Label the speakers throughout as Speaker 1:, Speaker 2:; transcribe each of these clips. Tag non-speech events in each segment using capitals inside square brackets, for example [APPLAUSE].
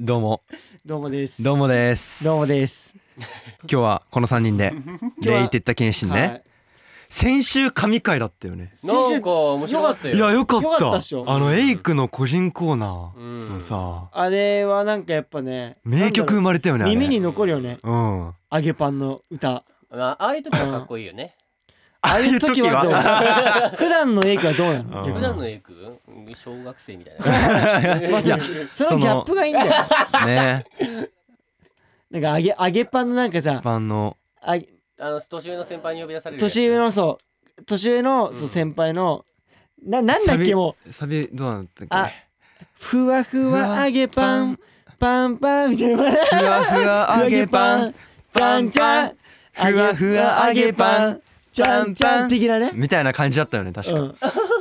Speaker 1: どうも
Speaker 2: どうもです。
Speaker 1: どうも
Speaker 2: で
Speaker 1: です
Speaker 2: どうもです。
Speaker 1: 今日はこの3人
Speaker 2: [LAUGHS]
Speaker 1: で
Speaker 2: 日は
Speaker 1: レイテッタ謙信ね、
Speaker 2: はい
Speaker 1: 先週神回だったよね
Speaker 3: なんか面白かったよ
Speaker 1: いやよかった
Speaker 2: よかったっしょ
Speaker 1: あのエイクの個人コーナ
Speaker 3: う
Speaker 1: ーの
Speaker 3: ん
Speaker 1: さ、
Speaker 2: あれはなんかやっぱね、
Speaker 1: 名曲生
Speaker 2: なんだ
Speaker 1: まれたよね
Speaker 2: ろ
Speaker 1: あ
Speaker 2: う
Speaker 1: れ
Speaker 2: 耳に残るよね。
Speaker 1: うんあ
Speaker 2: 揚げパンの歌。
Speaker 3: まあああいう時はかっこいいよね
Speaker 1: あいう時
Speaker 2: 時はどう
Speaker 1: は [LAUGHS]
Speaker 2: 普段のエイクはどうなの
Speaker 1: うん？
Speaker 2: 逆
Speaker 3: 普
Speaker 2: に
Speaker 3: 段のエイク小学生みたいな
Speaker 2: まあそのそのギャップがいいん
Speaker 1: [LAUGHS]
Speaker 2: だよ。
Speaker 1: ね
Speaker 2: なんか揚げ揚げパンのなんかさ、
Speaker 1: パンの
Speaker 2: あげ
Speaker 3: あの年上の先輩に呼び出されるやつ
Speaker 2: 年上のそう年上の
Speaker 3: ん
Speaker 2: そう先輩のななんだっ
Speaker 1: サビ
Speaker 2: けも
Speaker 1: サビどうなったっけ
Speaker 2: あうふわふわ揚げパンパンパンみたい [LAUGHS] な。
Speaker 1: ふわふわ揚げパン
Speaker 2: じゃんじゃん。
Speaker 1: ふわふわ揚げパン
Speaker 2: じゃんじゃん的なね。
Speaker 1: みたいな感じだったよね確か、
Speaker 2: うん。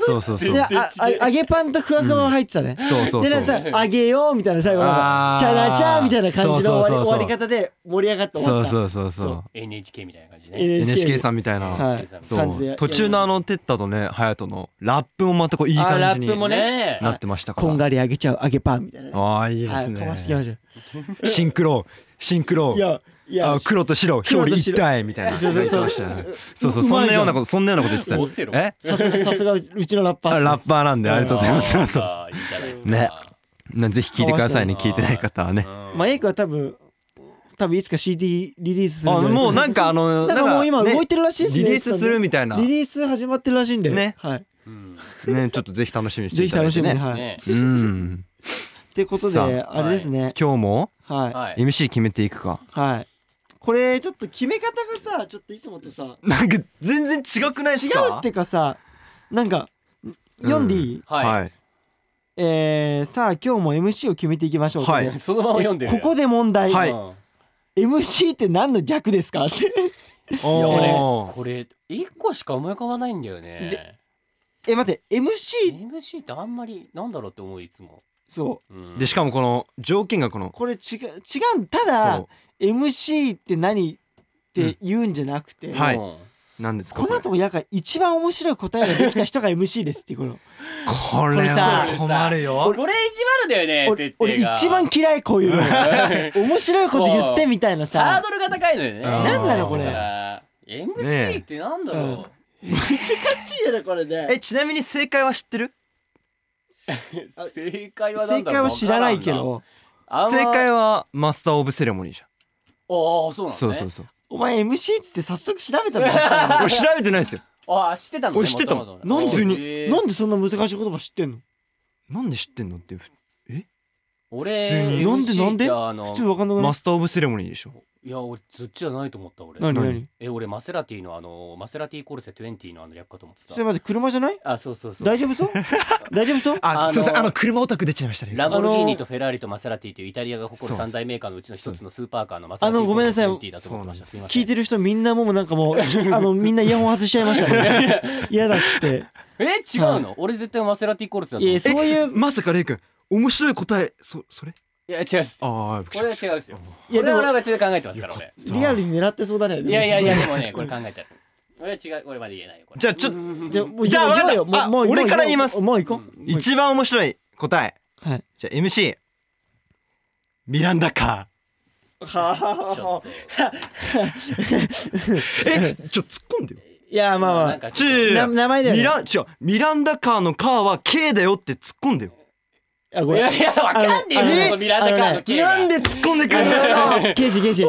Speaker 1: そうそうそう
Speaker 2: で、あ、あ揚げパンとふわふわが入ってたね。
Speaker 1: そうそう
Speaker 2: で
Speaker 1: そ
Speaker 2: な
Speaker 1: うん
Speaker 2: かさ「あげよう」みたいな最後なんか
Speaker 1: あー
Speaker 2: 「チャラチャ」みたいな感じの終わ
Speaker 1: そうそうそうそう
Speaker 2: り終わり方で盛り上がって終
Speaker 1: そ
Speaker 2: わ
Speaker 1: う
Speaker 2: った
Speaker 1: そうそうそう
Speaker 2: そう
Speaker 3: NHK みたいな感じね
Speaker 2: NHK,
Speaker 1: NHK さ
Speaker 2: ん
Speaker 1: んみたいな、
Speaker 2: はい
Speaker 3: NHK さんみた
Speaker 1: そ
Speaker 3: いな
Speaker 2: 感じ
Speaker 1: う
Speaker 2: で
Speaker 1: 途中のあのテッタとねハヤトのラップもまたこういい
Speaker 2: あ
Speaker 1: 感じ
Speaker 2: ラップも
Speaker 1: に
Speaker 2: ね
Speaker 3: ねえ
Speaker 1: なってましたか
Speaker 2: こん
Speaker 1: ら
Speaker 2: がり揚げちゃう揚げパンみたいなね
Speaker 1: ああいいで
Speaker 2: は
Speaker 1: す
Speaker 2: いかましてき
Speaker 1: ね
Speaker 2: ましょ
Speaker 1: シンクロシンクロ
Speaker 2: ういやいや
Speaker 1: あ黒と白表
Speaker 2: 黒
Speaker 1: 裏
Speaker 2: と白
Speaker 1: 一体みたいな
Speaker 2: そうそうそう
Speaker 1: 言ってましたねそうそう
Speaker 2: う
Speaker 1: そ
Speaker 2: ま
Speaker 1: ん
Speaker 2: い
Speaker 1: な
Speaker 2: じゃん
Speaker 1: ようなことそんなようなこと言ってたよ
Speaker 3: オセロ
Speaker 1: え
Speaker 2: さすがさすがうちうちのラッパーっ
Speaker 1: あ
Speaker 2: すね
Speaker 1: ラッパーなんでありがとうございますそうそう
Speaker 3: あーいいじゃないですか
Speaker 1: ねなんでぜひ聞いてくださいね
Speaker 3: かわい
Speaker 1: 聞
Speaker 3: そう
Speaker 1: いてない方はね
Speaker 2: まあエイクは多分多分いつか CD リリースするんじ
Speaker 1: あ
Speaker 2: ゃないです
Speaker 1: もうなんかあの
Speaker 2: なんかもう今
Speaker 1: ね
Speaker 2: 動いてるらしいですね
Speaker 1: リリースするみたいな
Speaker 2: リ
Speaker 1: ね
Speaker 2: リース始まってるらしいんで
Speaker 1: ね
Speaker 2: はい
Speaker 3: うん
Speaker 1: ちょっとぜひ楽しみにして
Speaker 2: ぜ
Speaker 1: い
Speaker 2: ひ
Speaker 1: ただ
Speaker 2: 楽
Speaker 1: い
Speaker 2: してみに
Speaker 1: ね
Speaker 2: はい、
Speaker 3: ね
Speaker 1: うん
Speaker 2: ってことで
Speaker 1: さ
Speaker 2: あれですね
Speaker 1: 今日も
Speaker 2: はい
Speaker 3: はい
Speaker 1: MC 決めていくか
Speaker 2: はい。これちょっと決め方がさ、ちょっといつもとさ、
Speaker 1: なんか全然違くないです
Speaker 2: 違
Speaker 1: か
Speaker 2: うってかさ、なんか読んでいい？
Speaker 3: は
Speaker 1: はい
Speaker 2: えー、さあ今日も MC を決めていきましょう。
Speaker 1: はい
Speaker 2: とう
Speaker 3: い
Speaker 2: こ
Speaker 3: そのまま
Speaker 2: とで
Speaker 3: 読んでる
Speaker 2: ここで問題。
Speaker 1: は
Speaker 3: はいい
Speaker 2: MC って何の逆ですかって。
Speaker 3: いや俺
Speaker 1: おー
Speaker 3: これ一個しか思い浮かばないんだよね
Speaker 2: え待って MC
Speaker 3: MC ってあんまりなんだろうって思ういつも
Speaker 2: そう
Speaker 3: うん
Speaker 1: でしかもこの条件がこの
Speaker 2: これ違う違うんただ
Speaker 1: そ
Speaker 2: MC って何って言うんじゃなくて。
Speaker 1: んはい
Speaker 3: うん
Speaker 1: うなんですか
Speaker 2: この後やから一番面白い答えができた人が MC ですってこの
Speaker 1: これは
Speaker 2: これ
Speaker 3: さ
Speaker 1: 困るよ
Speaker 3: これ意地悪だよね
Speaker 2: 俺
Speaker 3: 設
Speaker 2: 俺
Speaker 3: 定が
Speaker 2: 一番嫌いこういうの面白いこと言ってみたいなさ
Speaker 3: [LAUGHS] ハードルが高いのよね。
Speaker 1: なん
Speaker 2: なのこれ
Speaker 3: あー
Speaker 1: ねえ
Speaker 3: MC ってなんだろう。
Speaker 2: 難しいよねこれね
Speaker 1: えちなみに正解は知ってる
Speaker 3: [LAUGHS] 正解はな
Speaker 2: 正
Speaker 3: んだろう。
Speaker 2: 解は知らないけど
Speaker 3: わからんな。
Speaker 1: 正解
Speaker 3: は。
Speaker 1: はマスターオブセレモニーじ
Speaker 3: ああそう
Speaker 1: ゃん
Speaker 3: な
Speaker 1: そ
Speaker 3: ん
Speaker 1: う
Speaker 3: だ
Speaker 1: そう
Speaker 3: ね。
Speaker 1: そう
Speaker 2: お前 MC っつって早速調べたんだ
Speaker 1: 俺調べてないですよ
Speaker 3: ああ知ってたのね。
Speaker 1: 俺知ってたもん
Speaker 3: 元々
Speaker 1: なんで
Speaker 3: あー
Speaker 1: 急に
Speaker 3: へー
Speaker 2: なんでそんな難しい言葉知ってんの
Speaker 1: なんで知ってんのってふ
Speaker 3: 俺
Speaker 1: 普通に
Speaker 2: なんでなんで
Speaker 3: MC ってあの
Speaker 2: 普通わかんなくない
Speaker 1: マスターオブセレモニーでしょ
Speaker 3: いや俺そっちじゃないと思った俺。
Speaker 2: 何
Speaker 1: 何
Speaker 2: 何
Speaker 3: え俺マセラティのあのマセラティコルセ20のあの略かと思って
Speaker 2: それ
Speaker 3: た。
Speaker 2: まで車じゃない
Speaker 3: あそうそうそう。
Speaker 2: 大丈夫そう大丈夫そう
Speaker 3: あの
Speaker 1: 車オタク出ちゃいました
Speaker 3: ラボルギーニとフェラーリとマセラティというイタリアが誇る三大メーカーのうちの一つのスーパーカーのマセラティ
Speaker 2: あのごめんなさい
Speaker 3: 20だと思ってました。す
Speaker 1: そうな
Speaker 3: み
Speaker 1: ん
Speaker 3: ま
Speaker 1: で
Speaker 3: せん
Speaker 2: 聞いてる人みんなもうなんかもうあのみんなイヤホン外しちゃいましたね嫌だっつって
Speaker 3: え違うの、俺絶対マセラティコルスだと
Speaker 2: い
Speaker 3: 思っ
Speaker 2: や
Speaker 3: て
Speaker 2: そういう
Speaker 1: まさかレイ君面白い答えそそれ
Speaker 3: いや違うっす
Speaker 1: ああ
Speaker 3: これは違うっすよ
Speaker 2: い
Speaker 3: こ
Speaker 2: や
Speaker 3: れ
Speaker 2: で
Speaker 3: は俺
Speaker 2: も
Speaker 3: は別で考えてますから俺
Speaker 2: リアルに狙ってそうだね
Speaker 3: いやいやいやでもねこれ考えてる俺は違う俺まで言えないよこれ
Speaker 1: じゃあちょっと
Speaker 3: っ
Speaker 2: じゃあもう
Speaker 1: じゃあ
Speaker 2: 行こうよ
Speaker 1: わかった
Speaker 2: もうもう
Speaker 1: あ俺から言います
Speaker 2: もう行こ
Speaker 3: う
Speaker 2: うもう行こ
Speaker 1: 一番面白い答え
Speaker 2: うはい
Speaker 1: じゃあ MC ミランダか
Speaker 3: ちょっと
Speaker 1: えちょ突っ込んでよ
Speaker 2: いやまあま
Speaker 3: な
Speaker 2: あ
Speaker 3: んかち
Speaker 1: ち
Speaker 3: ょっ
Speaker 1: ゅ
Speaker 2: な名前だよね
Speaker 1: ミラン違うミランダカーのカーは K だよって突っ込んでよ
Speaker 2: あご
Speaker 3: とい
Speaker 2: めん
Speaker 3: やいやわかんね
Speaker 2: あの
Speaker 3: えよ
Speaker 2: ね
Speaker 3: このミランダカーの系が
Speaker 1: なんで突っ込んでくんだよ
Speaker 2: ケイジケイジ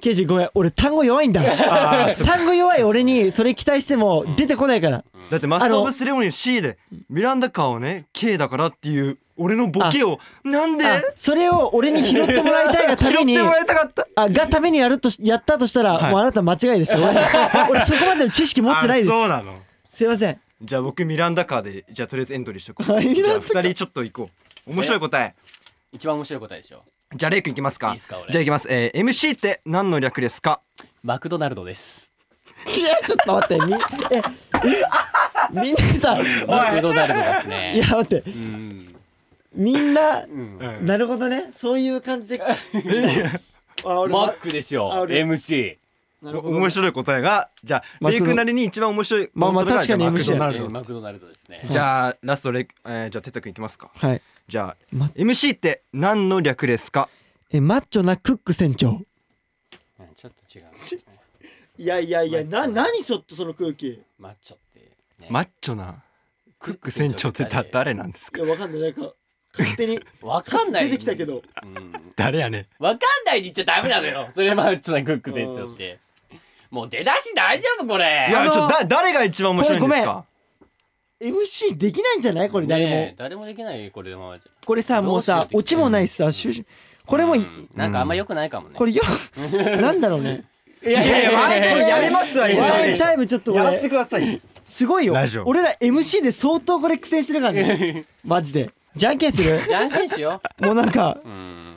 Speaker 2: ケイジごめん俺単語弱いんだ
Speaker 1: あーそっ
Speaker 2: 単語弱い俺にそれ期待しても出てこないから
Speaker 1: だってマスター・オブ・セレモニーの C でミランダカーをね K だからっていう俺のボケをなんで
Speaker 2: あそれを俺に拾ってもらいたいが
Speaker 1: 拾
Speaker 2: た
Speaker 1: っ
Speaker 2: めに
Speaker 1: てもらいたかった
Speaker 2: あがためにやるとしやったとしたら、
Speaker 1: はい
Speaker 2: もうあなた間違いですよ俺 [LAUGHS] 俺そこまでの知識持ってないで
Speaker 1: あ
Speaker 2: す
Speaker 1: そうなの
Speaker 2: すいません
Speaker 1: じゃあ僕ミランダカーでじゃあとりあえずエントリーし [LAUGHS] とこ
Speaker 2: は
Speaker 1: う
Speaker 2: い
Speaker 1: じゃあ2人ちょっと行こう面白い答え
Speaker 3: 一番面白い答えでしょ
Speaker 1: じゃあレイ君いきますか
Speaker 3: いいっすか俺
Speaker 1: じゃあいきます、えー、MC って何の略ですか
Speaker 3: マクドナルドです
Speaker 2: いやちょっと待ってみ [LAUGHS] ええみんなさ
Speaker 3: マクドナルドです
Speaker 2: いや
Speaker 3: ね
Speaker 2: 待って
Speaker 3: うん
Speaker 2: みんな
Speaker 3: うん
Speaker 2: なるほどねそういう感じであ俺
Speaker 3: マックでしょ
Speaker 2: あ俺
Speaker 3: MC
Speaker 2: なるほど
Speaker 1: 面白い答えがじゃあ
Speaker 2: マク
Speaker 1: レイ
Speaker 2: ド
Speaker 1: 君なりに一番面白い
Speaker 2: まあまあ
Speaker 1: 答えが
Speaker 2: 確かに
Speaker 1: じゃあマク
Speaker 2: MC
Speaker 1: ド
Speaker 3: え
Speaker 1: ナルド
Speaker 3: ーマクドナルドですね
Speaker 1: じゃあラストレイ、えー、じゃあ哲太君いきますか
Speaker 2: はい
Speaker 1: じゃあ、
Speaker 2: ま
Speaker 1: MC って何の略ですか
Speaker 2: えマッチョなクック船長
Speaker 3: うんちょっと違う。
Speaker 4: いやいやいやな
Speaker 3: マッチョ
Speaker 4: 何ちょっとその空気い
Speaker 3: マッチョって、ね。
Speaker 1: マッチョなクック船長ってだ誰なんですか
Speaker 4: やわかんないなんか勝手に
Speaker 3: わかんない。
Speaker 4: 出てきたけど。
Speaker 3: うん。
Speaker 1: 誰やねん
Speaker 3: わかんないに言っちゃダメなのよ。それマッチョなクック船長って。もう出だし大丈夫これ。
Speaker 1: いや
Speaker 2: あのー
Speaker 1: ちょだ誰が一番面白いんですか
Speaker 2: MC できないんじゃないこれ誰も、
Speaker 3: ねえ誰もできないよこれでも。
Speaker 2: これさもうさ
Speaker 3: どうしようって
Speaker 2: オチもないしさシュシュこれもい
Speaker 3: うんなんかあんま良くないかもね。
Speaker 2: これよなんだろうね
Speaker 3: いやいやいや
Speaker 1: いやいやこれやめますわ
Speaker 2: ワ
Speaker 1: いや
Speaker 2: インタイムちょっとこ
Speaker 1: やらせ
Speaker 2: れ
Speaker 1: てください
Speaker 2: すごいよ
Speaker 1: ラジオ
Speaker 2: 俺ら MC で相当これ苦戦してるからねマジでじゃんけんする
Speaker 3: じゃんけんしよ
Speaker 2: もうなんか
Speaker 3: う。うん。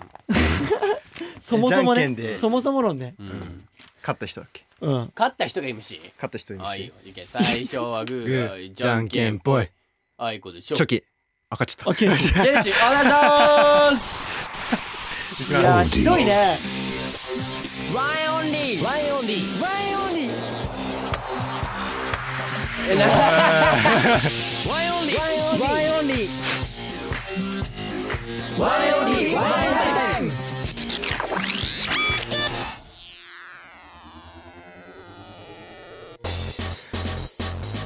Speaker 2: そもそも
Speaker 1: じゃんけん
Speaker 2: ね
Speaker 1: で
Speaker 2: そもそも論ね
Speaker 3: うん。
Speaker 1: 勝った人だっけ
Speaker 2: うん
Speaker 3: 勝った人が MC。
Speaker 1: 勝った人に
Speaker 3: あいい
Speaker 1: し
Speaker 3: よ。いけ。最初はグ
Speaker 1: グ
Speaker 3: ー、はい
Speaker 1: ーじゃんけんぽい。
Speaker 3: あいこでし
Speaker 1: チ
Speaker 3: ょ。
Speaker 1: ョキあ勝ち
Speaker 2: オ
Speaker 1: た
Speaker 2: ッケーです
Speaker 3: 天使、お願いします。
Speaker 2: いやーひどいね
Speaker 3: ワンオンリー。ワンオンリー。ワンオンリー。ワンオンリー。ワンオンリー。ワンオンリー。ワンオンリー。ワンオンリー。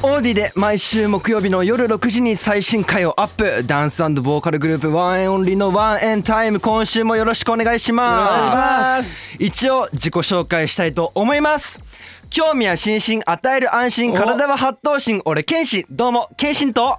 Speaker 1: オーディで毎週木曜日の夜6時に最新回をアップダンスボーカルグループワンエンオンリーのワンエンタイム今週もよろしくお願いします
Speaker 2: よろしくお願いします
Speaker 1: 一応自己紹介したいと思います興味や心身与える安心体は発動心俺謙信どうも謙信と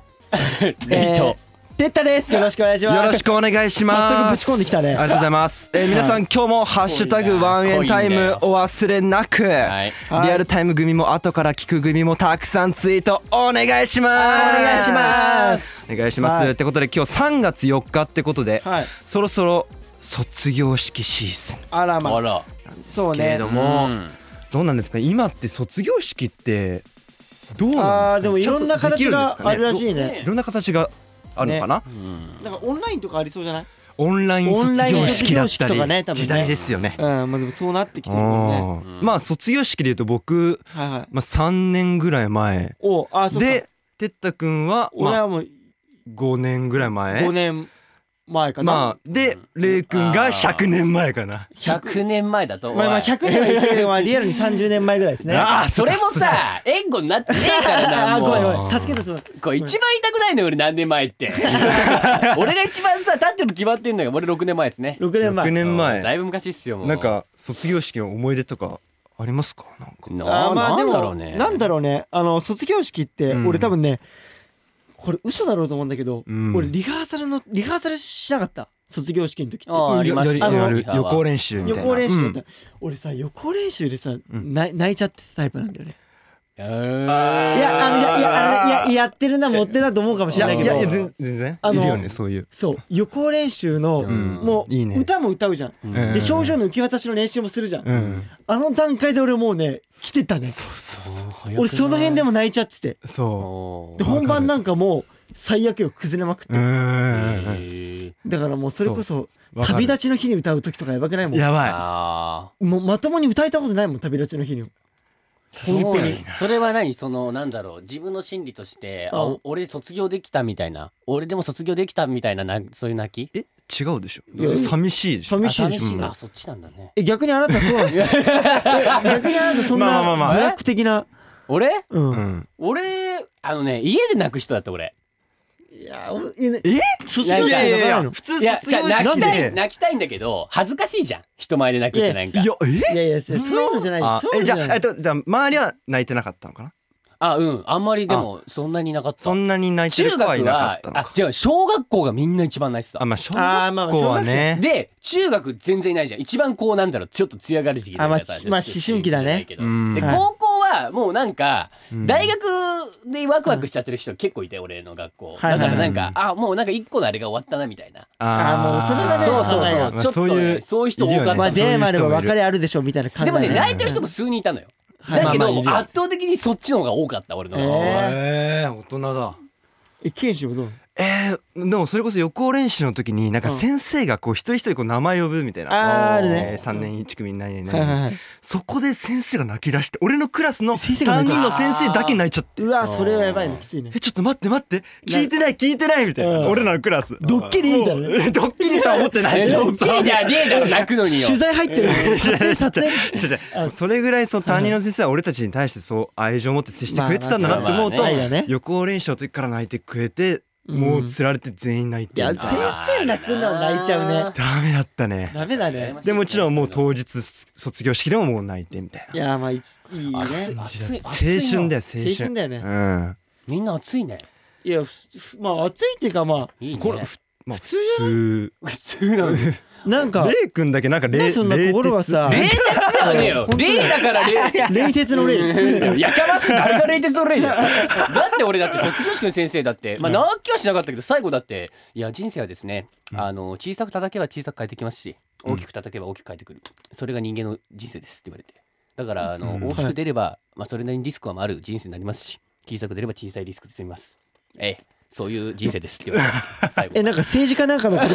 Speaker 2: えーテッタですよろしくお願いします
Speaker 1: よろしくお願いします
Speaker 2: 早速ぶち込んできたね
Speaker 1: ありがとうございます、えー皆さん今日も「ハッシュタグワンエンタイ
Speaker 3: 濃いんだ
Speaker 1: ム
Speaker 3: よ」
Speaker 1: お忘れなく、
Speaker 3: はい
Speaker 1: リアルタイム組も後から聞く組もたくさんツイートお願いします
Speaker 2: お願いします
Speaker 1: お願いします、
Speaker 2: はい
Speaker 1: ってことで今日3月4日ってことで、
Speaker 2: はい
Speaker 1: そろそろ卒業式シーズン
Speaker 2: あらま
Speaker 3: あ
Speaker 2: あ
Speaker 3: ら。
Speaker 2: そう
Speaker 1: けれ
Speaker 2: ね
Speaker 1: ども、
Speaker 3: ん
Speaker 1: どうなんですかね今って卒業式ってどうなんで
Speaker 2: あー
Speaker 1: すか、ね、
Speaker 2: でもいろんな
Speaker 1: ちょっとできる
Speaker 2: 形
Speaker 1: んです
Speaker 2: が
Speaker 1: かね
Speaker 2: あるらしい
Speaker 3: ど
Speaker 2: ね
Speaker 1: いろんな形があるのかな、
Speaker 2: なんかオンラインとかありそうじゃない
Speaker 1: オンライン卒業式だった
Speaker 2: オンライン卒業式とかね
Speaker 1: り
Speaker 2: 多分ね
Speaker 1: 時代ですよね
Speaker 2: うんまあでもそうなってきてるもんね
Speaker 1: あーまあ卒業式で言うと僕、
Speaker 2: はいはい
Speaker 1: まあ、3年ぐらい前
Speaker 2: おあそっか
Speaker 1: でてったくんは、
Speaker 2: 俺
Speaker 1: まあ、
Speaker 2: はもう
Speaker 1: 5年ぐらい前
Speaker 2: 5年前かな
Speaker 1: まあでれいくんが100年前かな
Speaker 3: 100年前だと。
Speaker 2: まあま
Speaker 3: お
Speaker 2: あ
Speaker 3: い
Speaker 2: 100年は言い過ぎるまあリアルに30年前ぐらいですね。
Speaker 1: [LAUGHS] あー
Speaker 3: それもさ、援護になってねえから
Speaker 2: [LAUGHS] あー
Speaker 3: な、も
Speaker 2: ごめん
Speaker 3: う。
Speaker 2: ごめん助けたその
Speaker 3: これ一番痛くないのよ、俺何年前
Speaker 2: [LAUGHS]
Speaker 3: って。俺が一番さ、立ってるの決まってんのが、俺6年前ですね。
Speaker 2: 6年前。
Speaker 1: 6年
Speaker 3: だ
Speaker 1: 前
Speaker 3: いぶ昔っすよ、もう。
Speaker 1: なん、か卒業式の思い出とかありますかなんか
Speaker 3: な
Speaker 2: ー
Speaker 3: なんだろうね。
Speaker 2: なんだろうねあの卒業式って
Speaker 1: うん
Speaker 2: 俺多分ねこれ嘘だろうと思うんだけど
Speaker 1: うん
Speaker 2: 俺リハーサルのリハーサルしなかった卒業式の時って
Speaker 3: あーありま
Speaker 1: や
Speaker 3: すよ
Speaker 1: りやるやる
Speaker 3: あの
Speaker 1: 予行練習み
Speaker 2: 予
Speaker 1: たいな
Speaker 2: 行練習だ
Speaker 1: う
Speaker 2: った俺さ予行練習でさ
Speaker 1: ん
Speaker 2: ない泣いちゃってたタイプなんだよね。
Speaker 3: うーん。
Speaker 2: いやあのいやいやあのいややってるな持ってるなと思うかも
Speaker 1: んい
Speaker 2: しれ
Speaker 1: や
Speaker 2: ない
Speaker 1: い
Speaker 2: け
Speaker 1: やいや
Speaker 2: ど
Speaker 1: 全全然
Speaker 2: あ
Speaker 1: い
Speaker 2: の
Speaker 1: るよねそういう
Speaker 2: そう予行練習の
Speaker 3: うん
Speaker 2: も
Speaker 1: いいね
Speaker 2: う歌も歌うじゃん。
Speaker 3: うん
Speaker 1: うん
Speaker 2: で症状の受け渡しの練習もするじゃん。
Speaker 1: うん
Speaker 2: あの段階で俺もうね来てたね
Speaker 1: そうそうそ
Speaker 2: 俺その辺で
Speaker 3: も。
Speaker 2: も泣いちゃってて
Speaker 1: うそ
Speaker 3: お
Speaker 2: で
Speaker 3: ー
Speaker 1: わかる
Speaker 2: 本番なんかもう最悪よ崩れまくっ
Speaker 1: うう
Speaker 2: て
Speaker 1: んうん
Speaker 3: へー
Speaker 2: だからもうそれこそ
Speaker 1: わかる
Speaker 2: 旅立ちの日に歌う時とかやばくないもん
Speaker 1: やばい
Speaker 3: あ
Speaker 2: もうまともに歌えたことないもん旅立ちの日に
Speaker 3: ーそうねそれは何そのなんだろう自分の心理としてあ
Speaker 2: うん
Speaker 3: 俺卒業できたみたいな俺でも卒業できたみたいななそういう泣き
Speaker 1: え違うでしょ
Speaker 2: いや
Speaker 1: 寂しいでしょ
Speaker 2: 寂しいでし
Speaker 3: あ寂しい
Speaker 1: うん
Speaker 3: なあそっちなんだね
Speaker 2: え逆にあなたそうなんですかえ逆にあなたそんな
Speaker 1: まあまあまあ
Speaker 2: ブラック的な
Speaker 3: 俺
Speaker 2: う
Speaker 1: うんん
Speaker 3: 俺あのね家で泣く人だった俺
Speaker 2: いやおいやね
Speaker 1: え
Speaker 2: 卒
Speaker 1: い
Speaker 2: 業
Speaker 1: やい
Speaker 2: 式じ
Speaker 1: やいや
Speaker 2: ゃ
Speaker 1: い
Speaker 2: ない
Speaker 1: や
Speaker 2: の
Speaker 1: 普通
Speaker 3: いや
Speaker 1: 卒業
Speaker 3: じゃあ泣
Speaker 1: 式
Speaker 3: きたい
Speaker 1: で
Speaker 3: 泣きたいんだけど恥ずかしいじゃん人前で泣くってなんか
Speaker 1: いやえ
Speaker 2: いやいやそういうのじゃない
Speaker 1: あ
Speaker 2: そうい
Speaker 1: え
Speaker 2: うの
Speaker 1: じ
Speaker 2: じ
Speaker 1: ゃ
Speaker 2: ゃ
Speaker 1: あ
Speaker 2: な
Speaker 1: えっ
Speaker 2: い
Speaker 1: とじゃあ周りは泣いてなかったのかな
Speaker 3: あうんあんまりでもそんなになかった
Speaker 1: そんなに泣いて
Speaker 3: 中
Speaker 1: る子
Speaker 3: 学
Speaker 1: はいなか
Speaker 3: は
Speaker 1: ったの
Speaker 3: あ
Speaker 1: か
Speaker 3: 違う小学校がみんな一番泣いてた
Speaker 1: あまあ小
Speaker 2: あーまあ
Speaker 1: 学校はね
Speaker 3: で中学全然いないじゃん一番こうなんだろうちょっと艶がる時期だ
Speaker 2: あまあ
Speaker 3: から
Speaker 2: ちまあ
Speaker 3: ちょっと
Speaker 2: 思春期だね
Speaker 3: じゃないけど
Speaker 1: うん
Speaker 3: で
Speaker 2: はい
Speaker 3: 高校はもうなんか
Speaker 1: うん
Speaker 3: 大学でワクワクしちゃってる人結構いて俺の学校
Speaker 2: はいはい
Speaker 3: だからなんかあもうなんか一個のあれが終わったなみたいな
Speaker 2: あーも
Speaker 3: そう
Speaker 2: 大人
Speaker 3: そう
Speaker 2: だね
Speaker 3: そうちょっとねそういう人多
Speaker 1: いる
Speaker 3: か
Speaker 1: よ
Speaker 3: っ
Speaker 1: ね
Speaker 2: まあ
Speaker 3: た
Speaker 1: そういう人
Speaker 2: デー
Speaker 1: も
Speaker 2: マ
Speaker 1: いる
Speaker 2: でも別れあるでしょみたいな感じ
Speaker 3: でもね
Speaker 1: いない
Speaker 3: 泣いてる人も数人いたのよ
Speaker 2: はい
Speaker 3: だけ
Speaker 1: まあま
Speaker 3: ど
Speaker 1: あいるよ
Speaker 3: 圧倒的にそっちの方が多かった俺の
Speaker 2: え
Speaker 3: 方
Speaker 2: ー
Speaker 3: が
Speaker 1: えー大人だ
Speaker 2: え剣士はどうなの
Speaker 1: えー、でもそれこそ予行練習の時になんか先生がこう一人一人こう名前呼ぶみたいな、
Speaker 2: あーある
Speaker 1: え
Speaker 2: ね
Speaker 1: 3年1組何々
Speaker 2: はいはい
Speaker 1: 何
Speaker 2: は
Speaker 1: 々
Speaker 2: い
Speaker 1: そこで先生が泣き出して俺のクラスの
Speaker 2: 先生が
Speaker 1: 担
Speaker 2: 泣く
Speaker 1: 任の先生だけ泣いちゃって
Speaker 5: うわそれはやばいねきついね
Speaker 1: えちょっと待って待って聞いてない聞いてないみたいな、
Speaker 2: うん
Speaker 1: 俺らのクラス
Speaker 2: ドッキリみたいなね
Speaker 1: もうドッキリとは思ってない
Speaker 3: え
Speaker 1: け
Speaker 3: ド
Speaker 1: ど
Speaker 3: ッキリじゃねえだろ泣くのによ
Speaker 2: 取材入ってる撮影撮影
Speaker 1: 違う違うそれぐらいその担任の先生は俺たちに対してそう愛情を持って接してくれてたんだなって思うと
Speaker 2: まあまあまあまあね
Speaker 1: 予行練習の時から泣いてくれてもうつられて全員泣い
Speaker 2: い
Speaker 1: て
Speaker 2: や
Speaker 1: る
Speaker 2: 先生泣くのは泣いちゃうね
Speaker 1: ダメだったね
Speaker 2: ダメだね
Speaker 1: でもちろんもう当日卒業式でももう泣いてみたい
Speaker 2: いやまあいついいね
Speaker 3: 熱い
Speaker 1: な
Speaker 3: 熱い
Speaker 1: 青春だよ青春
Speaker 2: 青春だよね
Speaker 1: うん
Speaker 3: みんな熱いね
Speaker 2: いやふふまあ暑いっていうかま
Speaker 3: いいね
Speaker 1: これふまあ普通
Speaker 3: 普通なの
Speaker 2: あなんか
Speaker 1: レイ君だけなんか
Speaker 2: なん
Speaker 1: レ
Speaker 2: でそんな心がさ
Speaker 3: 冷徹だよねえよ冷だから冷
Speaker 2: 冷徹の霊
Speaker 3: うんやかましい誰が冷徹の例 [LAUGHS] だよだって俺だって卒業式の先生だってまあ泣きはしなかったけど最後だっていや人生はですねあの小さく叩けば小さく変えてきますし大きく叩けば大きく変えてくるそれが人間の人生ですって言われてだからあの
Speaker 1: うん
Speaker 3: 大きく出ればまあそれなりにリスクはある人生になりますし小さく出れば小さいリスクで済みますええそういう人生ですって言われて最後
Speaker 2: [LAUGHS] えなんか政治家なんかのこと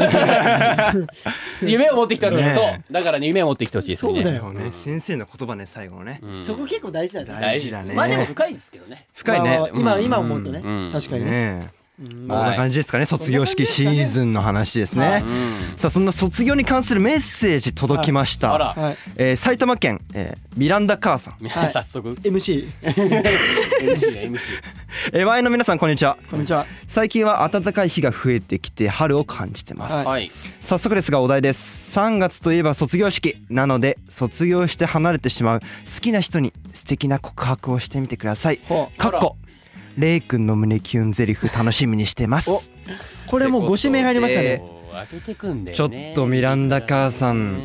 Speaker 3: 夢を持ってきてほしい
Speaker 1: ねえ
Speaker 3: そうだからね夢を持ってきてほしいです
Speaker 2: そうだ
Speaker 3: ね
Speaker 2: よ
Speaker 1: そうね先生の言葉ね最後のね
Speaker 3: うん
Speaker 5: そこ結構大事だね
Speaker 1: 大事だね
Speaker 3: まあでも深いですけどね
Speaker 1: 深いね
Speaker 2: まあまあ今今思うと
Speaker 3: う
Speaker 2: ね
Speaker 3: ん
Speaker 2: 確かにね
Speaker 1: ね
Speaker 2: うん
Speaker 1: こんな感じですかね卒業式シーズンの話ですね
Speaker 3: うん
Speaker 1: さあそんな卒業に関するメッセージ届きました、
Speaker 3: あら
Speaker 2: はい
Speaker 1: えー埼玉県、えーミランダ母さん、
Speaker 2: はい
Speaker 3: 早速
Speaker 2: MC
Speaker 3: MC だ MC
Speaker 1: えー、ワインの皆さんこんにちは
Speaker 2: こんにちは
Speaker 1: 最近は暖かい日が増えてきて春を感じてます、
Speaker 3: はい
Speaker 1: 早速ですがお題です3月といえば卒業式なので卒業して離れてしまう好きな人に素敵な告白をしてみてください
Speaker 2: ほ
Speaker 1: かっこレイ君の胸キュンゼリフ楽しみにしてます
Speaker 2: うこれもうご指名入りました
Speaker 1: って
Speaker 2: ね
Speaker 3: こう開けてくんだよ
Speaker 1: ちょ
Speaker 3: ね
Speaker 1: っとミランダ母さん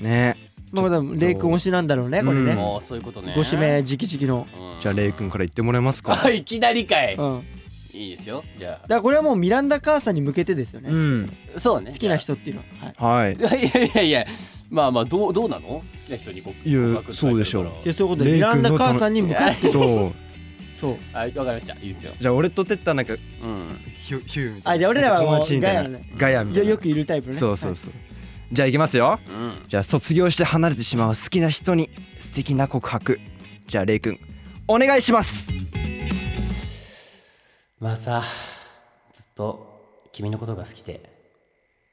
Speaker 1: ね
Speaker 2: まあまだレイ君推しなんだろうねこれ
Speaker 1: う
Speaker 2: ね
Speaker 1: ん
Speaker 3: もうそういうことね
Speaker 2: ご指名直々の
Speaker 3: うん
Speaker 1: じゃあレイ君から言ってもらえますか
Speaker 3: あいきなりかい
Speaker 2: うん
Speaker 3: いいですよじゃ
Speaker 2: だからこれはもうミランダ母さんに向けてですよ
Speaker 1: う
Speaker 2: ね
Speaker 1: ん
Speaker 3: あそうね
Speaker 2: 好きな人っていうのははい
Speaker 1: はい
Speaker 3: いやいやいやいやまあまあどうどうなの好きな人に告
Speaker 1: いや
Speaker 3: 告白さ
Speaker 1: そ
Speaker 3: れ
Speaker 1: うで
Speaker 3: てるから
Speaker 1: しょう
Speaker 2: いやそういうことで
Speaker 1: レイ君
Speaker 2: ミラ
Speaker 1: の
Speaker 2: ンダ母さんに向けて
Speaker 1: そう
Speaker 2: そう
Speaker 3: はいわかりましたいいですよ
Speaker 1: じゃあ俺とテッタなんか
Speaker 3: うん
Speaker 1: ヒュヒューみたいな
Speaker 2: あじゃあ俺らは
Speaker 1: 友
Speaker 2: も
Speaker 1: 達
Speaker 2: う
Speaker 1: みた
Speaker 2: ガ
Speaker 1: い
Speaker 2: ヤ
Speaker 1: な
Speaker 2: だね
Speaker 1: ガヤみた
Speaker 2: よ
Speaker 1: いな
Speaker 2: よくいるタイプね
Speaker 1: そうそう
Speaker 2: はい
Speaker 1: そう、じゃあいきますよ
Speaker 3: うん
Speaker 1: じゃあ卒業して離れてしまう好きな人に素敵な告白じゃあレイくんお願いします
Speaker 3: まあさずっと君のことが好きで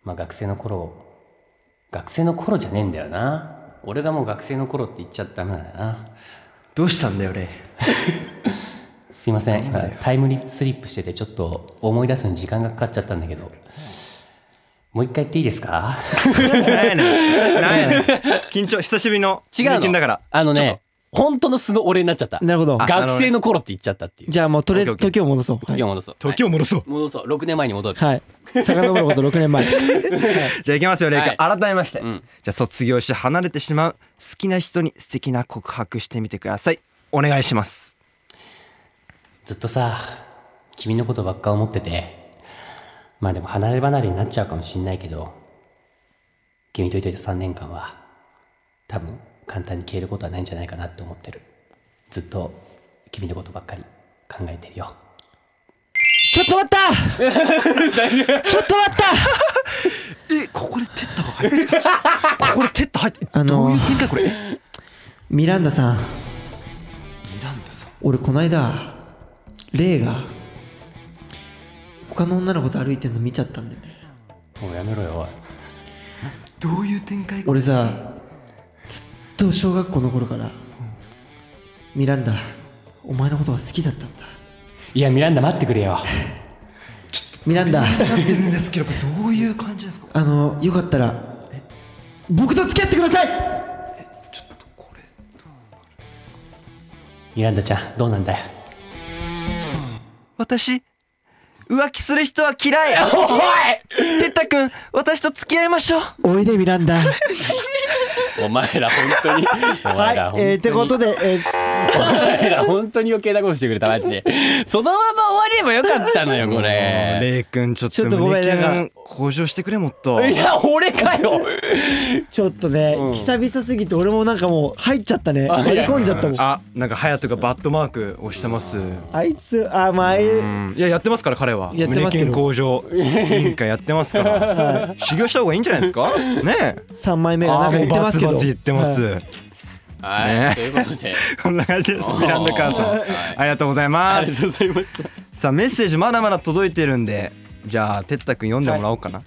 Speaker 3: まあ学生の頃学生の頃じゃねえんだよな俺がもう学生の頃って言っちゃダメだな
Speaker 1: どうしたんだよレイ [LAUGHS]
Speaker 3: すいません今タイムリスリップしててちょっと思い出すのに時間がかかっちゃったんだけどもう一回言っていいですか
Speaker 1: 何やねん何やねん緊張久しぶりの
Speaker 3: 違う
Speaker 1: 経験
Speaker 3: の
Speaker 1: だから
Speaker 3: あのね本当の素の俺になっちゃった
Speaker 2: なるほど
Speaker 1: あ
Speaker 3: 学生の頃って言っちゃったっていう
Speaker 2: じゃあもうとりあえず
Speaker 1: オッケーオッケ
Speaker 2: 時を戻そう
Speaker 3: 時を戻そう、
Speaker 1: 時を戻そう、
Speaker 3: 戻そう6年前に戻る
Speaker 2: はい遡ること6
Speaker 1: [LAUGHS]
Speaker 2: 年前
Speaker 1: じゃあいきますよレイくん、改めまして、
Speaker 3: ん
Speaker 1: じゃあ卒業して離れてしまう好きな人に素敵な告白してみてくださいお願いします
Speaker 3: ずっとさ君のことばっか思っててまあでも離れ離れになっちゃうかもしんないけど君といといた3年間は多分簡単に消えることはないんじゃないかなって思ってるずっと君のことばっかり考えてるよ
Speaker 2: ちょっと待
Speaker 1: [LAUGHS]
Speaker 2: ったちょっと待った
Speaker 1: えここでテッタが入ってた [LAUGHS] ここでテッタ入って、
Speaker 2: あのー
Speaker 1: どういう展開これえ
Speaker 2: ミランダさん
Speaker 1: ミランダさん
Speaker 2: 俺この間レイが他の女の子と歩いてるの見ちゃったんだよね
Speaker 3: もうやめろよおい
Speaker 1: どういう展開
Speaker 2: 俺さずっと小学校の頃から、ミランダお前のことが好きだったんだ
Speaker 3: いやミランダ待ってくれよ
Speaker 2: ミランダ
Speaker 1: なってるんですけどこれどういう感じですか
Speaker 2: あのよかったら僕と付き合ってください
Speaker 3: ミランダちゃんどうなんだよ
Speaker 1: 私浮気する人は嫌い
Speaker 3: おい
Speaker 1: てったくん私と付き合いましょう
Speaker 2: おいでミランダは
Speaker 3: お前ら本当に [LAUGHS] お前ら本当
Speaker 2: い
Speaker 3: に、
Speaker 2: えー、ってことで、えー
Speaker 3: お前ら本当に余計なことしてくれたマジで [LAUGHS] そのまま終わればよかったのよこれ
Speaker 1: レイくんちょっと
Speaker 2: ちょっとごめん
Speaker 1: 胸キ
Speaker 2: な
Speaker 1: ュ
Speaker 2: ん [LAUGHS]
Speaker 1: ン向上してくれもっと
Speaker 3: いや俺かよ
Speaker 2: ちょっとね、
Speaker 1: うん
Speaker 2: 久々すぎて俺もなんかもう入っちゃったね
Speaker 3: あ
Speaker 2: 入り込んじゃったもんあ
Speaker 1: あなんか隼人がバットマークをしてます
Speaker 2: いつあまああいううん
Speaker 1: いややってますから彼は
Speaker 2: やって
Speaker 1: 胸
Speaker 2: ますけ
Speaker 1: キ
Speaker 2: ど
Speaker 1: ュン向上委員会やってますから修行した方がいいんじゃないですかねえ
Speaker 2: 3枚目がな
Speaker 1: あも
Speaker 2: んか
Speaker 1: う
Speaker 2: 言って
Speaker 1: バ
Speaker 2: ます
Speaker 1: ツ
Speaker 2: けど
Speaker 1: バツ言ってます、
Speaker 3: はい、
Speaker 1: ね
Speaker 3: ということで
Speaker 1: こんな感じですミランダカーさん、
Speaker 3: はい
Speaker 1: ありがとうござい
Speaker 3: あ
Speaker 1: ま
Speaker 3: りがと
Speaker 1: す
Speaker 3: うございました
Speaker 1: さあメッセージまだまだ届いてるんでじゃあ哲太くん読んでもらおうかな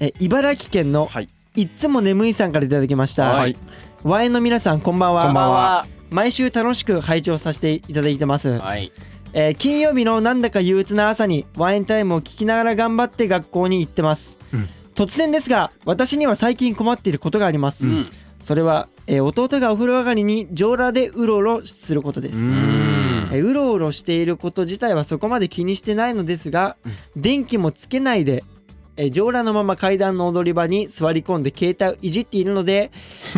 Speaker 2: え茨城県の
Speaker 1: はい
Speaker 2: いっつも眠いさんからいただきました、
Speaker 1: はい
Speaker 2: ワインの皆さんこんばんは
Speaker 1: こんばんは
Speaker 2: 毎週楽しく拝聴させていただいてます、
Speaker 3: はい
Speaker 2: えー金曜日のなんだか憂鬱な朝にワインタイムを聞きながら頑張って学校に行ってます、
Speaker 1: うん
Speaker 2: 突然ですが私には最近困っていることがあります、
Speaker 3: うん
Speaker 2: それは、えー弟がお風呂上がりに上裸でうろうろすることです、
Speaker 1: う
Speaker 3: うー
Speaker 1: ん
Speaker 3: ん
Speaker 2: えーうろうろしていること自体はそこまで気にしてないのですが、電気もつけないで、えー上裸のまま階段の踊り場に座り込んで携帯をいじっているの [LAUGHS] で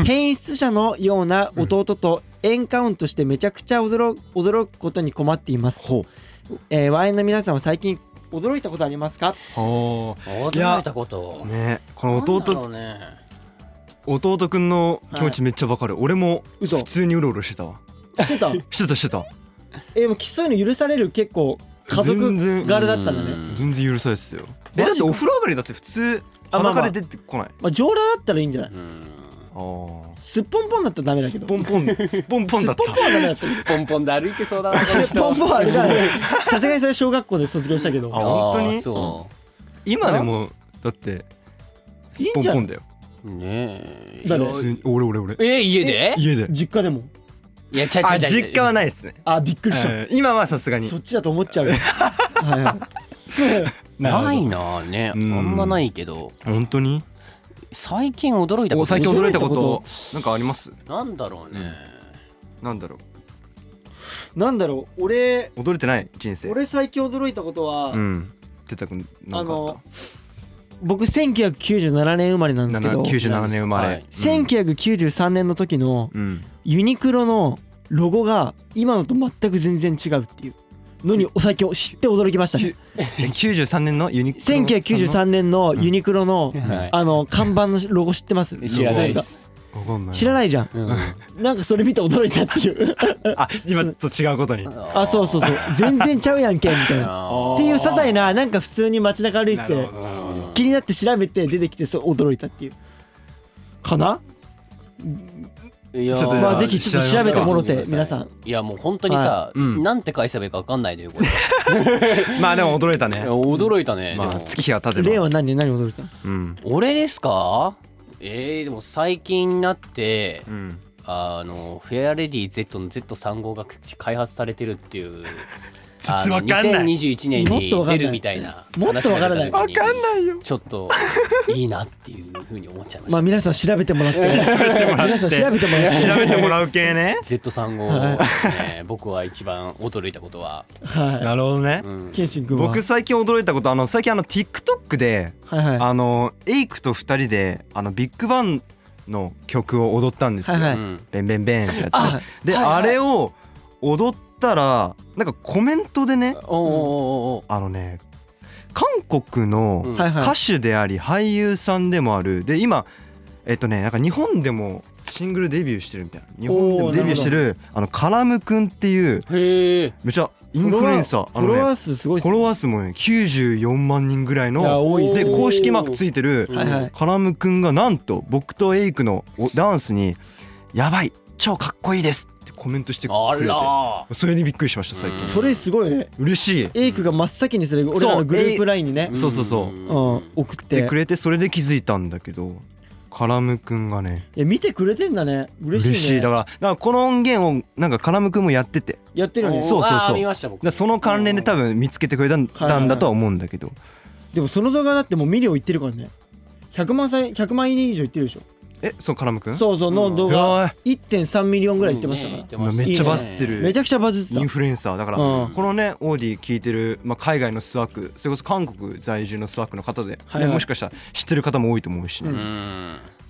Speaker 2: 変質者のような弟とエンカウントしてめちゃくちゃ驚驚くことに困っています、
Speaker 1: ほ
Speaker 2: えー、ワインの皆さんは最近驚いたことありますか
Speaker 1: うほ
Speaker 3: 驚いたこと
Speaker 1: うねこの弟
Speaker 3: なんだろうね
Speaker 1: 弟くんの気持ちめっちゃわかる、俺も
Speaker 2: 嘘
Speaker 1: 普通にうろうろしてたわ
Speaker 2: してた
Speaker 1: してたしてた
Speaker 2: えー、もうそういうの許される結構家
Speaker 1: 全
Speaker 2: 族
Speaker 1: 然
Speaker 2: があれだったんだね
Speaker 3: うん
Speaker 1: 全然許されてたよ
Speaker 2: マ
Speaker 1: え
Speaker 2: ジか
Speaker 1: だってお風呂上がりだって普通
Speaker 2: あまあま
Speaker 1: 鼻
Speaker 2: あ
Speaker 1: から出てこない
Speaker 2: まあ上裸だったらいいんじゃない
Speaker 3: うん
Speaker 1: あ
Speaker 2: すっぽんぽんだったらダ
Speaker 1: あ
Speaker 2: メだ
Speaker 1: す
Speaker 2: け
Speaker 1: っ
Speaker 2: ど
Speaker 1: ぽんぽん [LAUGHS] すっぽんぽんだった
Speaker 2: すっぽんぽんはダメ [LAUGHS] だったす
Speaker 3: ポンポンで歩いてそうだなこの
Speaker 2: っぽ
Speaker 3: 人
Speaker 2: んぽんはあれだねさすがにそれ小学校で卒業したけ
Speaker 1: あ
Speaker 2: ど
Speaker 1: 本当
Speaker 3: あ
Speaker 1: に
Speaker 3: ーそ
Speaker 1: 今でもだってす
Speaker 2: い
Speaker 1: っ
Speaker 2: い
Speaker 1: ぽん
Speaker 2: んじゃん
Speaker 1: ぽんだよ
Speaker 3: うねえ
Speaker 2: 誰
Speaker 3: いや
Speaker 1: 普通に俺俺俺
Speaker 3: え家で
Speaker 1: 家で
Speaker 2: 実家でも
Speaker 3: いやちゃち
Speaker 1: あ
Speaker 3: ゃちゃ
Speaker 1: 実家はないですね
Speaker 2: あびっくりした、
Speaker 1: えー今はさすがに
Speaker 2: そっちだと思っちゃ
Speaker 1: [LAUGHS]
Speaker 2: うよはいはい
Speaker 1: な
Speaker 3: ないいなあねあ
Speaker 1: うん
Speaker 3: んまないけど
Speaker 1: 本当に
Speaker 3: 最近驚いたこ
Speaker 1: お
Speaker 3: と
Speaker 1: 最近驚いたこ
Speaker 2: 驚い
Speaker 1: となんかあります
Speaker 3: なんだろうね
Speaker 1: なんだろ
Speaker 2: なんだろう俺
Speaker 1: う踊れてない人生
Speaker 2: 俺最近驚いたことは、
Speaker 1: うんてたくんな
Speaker 2: あ
Speaker 1: んかあっ
Speaker 2: の僕1997年生まれなん
Speaker 1: た
Speaker 2: ですけど
Speaker 1: 7 97年生ま
Speaker 3: は
Speaker 1: れう
Speaker 3: い
Speaker 1: ん
Speaker 2: 1993年の時の、
Speaker 1: うん
Speaker 2: ユニクロのロゴが今のと全く全然違うっていうのにお最近知って驚きましたね
Speaker 1: え93年のユニクロさんの
Speaker 2: 1993年のユニクロの、
Speaker 3: はい
Speaker 2: あの看板のロゴ知ってます
Speaker 3: 知らないで
Speaker 2: んか
Speaker 3: す
Speaker 1: わかんない
Speaker 2: 知ら
Speaker 1: い
Speaker 2: ないじゃん
Speaker 3: うん
Speaker 2: なんかそれ見て驚いたっていう
Speaker 1: あ今と違うことに
Speaker 2: あそうそうそう全然ちゃうやんけみたいな
Speaker 3: あ
Speaker 2: っていう些細ななんか普通に街中歩いてて
Speaker 3: ー
Speaker 2: 気になって調べて出てきてそう驚いたっていうかない
Speaker 3: やー
Speaker 1: ちょっと
Speaker 2: まあぜひちょっと調べてもろて皆さん
Speaker 3: いやもう本当にさ
Speaker 1: いうん
Speaker 3: なんて返せばいいかわかんないで
Speaker 1: [LAUGHS]
Speaker 3: よこれ
Speaker 1: まあでも驚いたね
Speaker 3: いや驚いたねで
Speaker 1: まあ
Speaker 3: も
Speaker 1: 月日が経てば
Speaker 2: 例は何何驚いた
Speaker 1: うん
Speaker 3: 俺ですかえーでも最近になって
Speaker 1: うん
Speaker 3: あのフェアレディ Z の Z3 号が開発発されてるって
Speaker 1: [LAUGHS]
Speaker 3: いう
Speaker 1: つ
Speaker 3: あ
Speaker 1: わか
Speaker 3: の
Speaker 1: んない
Speaker 3: 2021年に出るみたいな
Speaker 2: もっとわからない
Speaker 3: 話が出た時に
Speaker 1: ないよ [LAUGHS]
Speaker 3: ちょっといいなっていうふうに思っちゃいま
Speaker 2: [LAUGHS]
Speaker 3: し
Speaker 2: まあ
Speaker 3: た
Speaker 2: 皆さん調べて
Speaker 1: [LAUGHS]
Speaker 2: もらって皆さん調べても
Speaker 1: らって
Speaker 2: らって
Speaker 1: 調べてもらう系ね
Speaker 3: Z3 号ですね僕は一番驚いたことは
Speaker 2: は
Speaker 1: なるほどね
Speaker 3: うん
Speaker 2: いケンシン君は
Speaker 1: 僕最近驚いたことあの最近あの TikTok で
Speaker 2: はいはい
Speaker 1: あのエイクと二人であのビッグバンの曲を踊ったんですよ。
Speaker 2: はいはい
Speaker 3: うん
Speaker 1: ベンベンベンってや
Speaker 2: あ
Speaker 1: つ。で、あれを踊ったらなんかコメントでね
Speaker 3: おお
Speaker 1: あのね韓国
Speaker 3: おお
Speaker 1: の
Speaker 2: はいはい
Speaker 1: 歌手であり俳優さんでもあるで今えっとねなんか日本でもシングルデビューしてるみたいな日本でもデビューしてるあのカラムくんっていう
Speaker 3: へえ
Speaker 1: めちゃインフルエンサーあ
Speaker 2: フ
Speaker 1: の
Speaker 2: ォロワ
Speaker 1: ね
Speaker 2: ー数すごいっ
Speaker 1: フォロワー数もね94万人ぐらい
Speaker 2: いや
Speaker 1: の
Speaker 2: 多いっす
Speaker 1: で
Speaker 3: おー
Speaker 1: 公式マークついてる
Speaker 2: はいはい
Speaker 1: カラムくんがなんと僕とエイクのおダンスに「やばい超かっこいいです」ってコメントしてく
Speaker 3: あ
Speaker 1: れて
Speaker 3: ら
Speaker 1: それにびっくりしました最近
Speaker 2: それすごいね
Speaker 1: 嬉しい
Speaker 2: エイクが真っ先にそれ俺らのグループラインにね
Speaker 1: んそうそうそう
Speaker 2: うんん送っ
Speaker 1: って
Speaker 2: て
Speaker 1: くれてそれで気づいたんだけどカラムくんがね
Speaker 2: いや見てくれてんだね嬉しいね
Speaker 1: 嬉しいだからだからこの音源をなんかカラムくんもやっててだか
Speaker 2: やってるよ
Speaker 3: おー
Speaker 2: ね
Speaker 1: そうそうそう
Speaker 3: あー見ました僕
Speaker 1: らその関連で多分見つけてくれたん
Speaker 2: はいはい
Speaker 1: たんだとは思うんだけど
Speaker 2: でもその動画だってもうミリオいってるからね100万再100万いいね以上いってるでしょ
Speaker 1: えそうカラムくん
Speaker 2: そうそうの動
Speaker 1: うわ
Speaker 2: 画1.3ミリオンぐらいいってました
Speaker 3: う
Speaker 2: か
Speaker 3: んね
Speaker 2: ら
Speaker 3: 言ってました
Speaker 1: めっちゃバズって
Speaker 3: いいね
Speaker 1: る
Speaker 2: めちゃくちゃバズって
Speaker 1: イン
Speaker 2: た
Speaker 1: フルエンサーだから、
Speaker 2: うん
Speaker 1: このねオーディ聞いてる、まあ、海外のスワックそれこそ韓国在住のスワックの方で、
Speaker 2: はい
Speaker 1: ねもしかしたら知ってる方も多いと思うし、ね
Speaker 2: う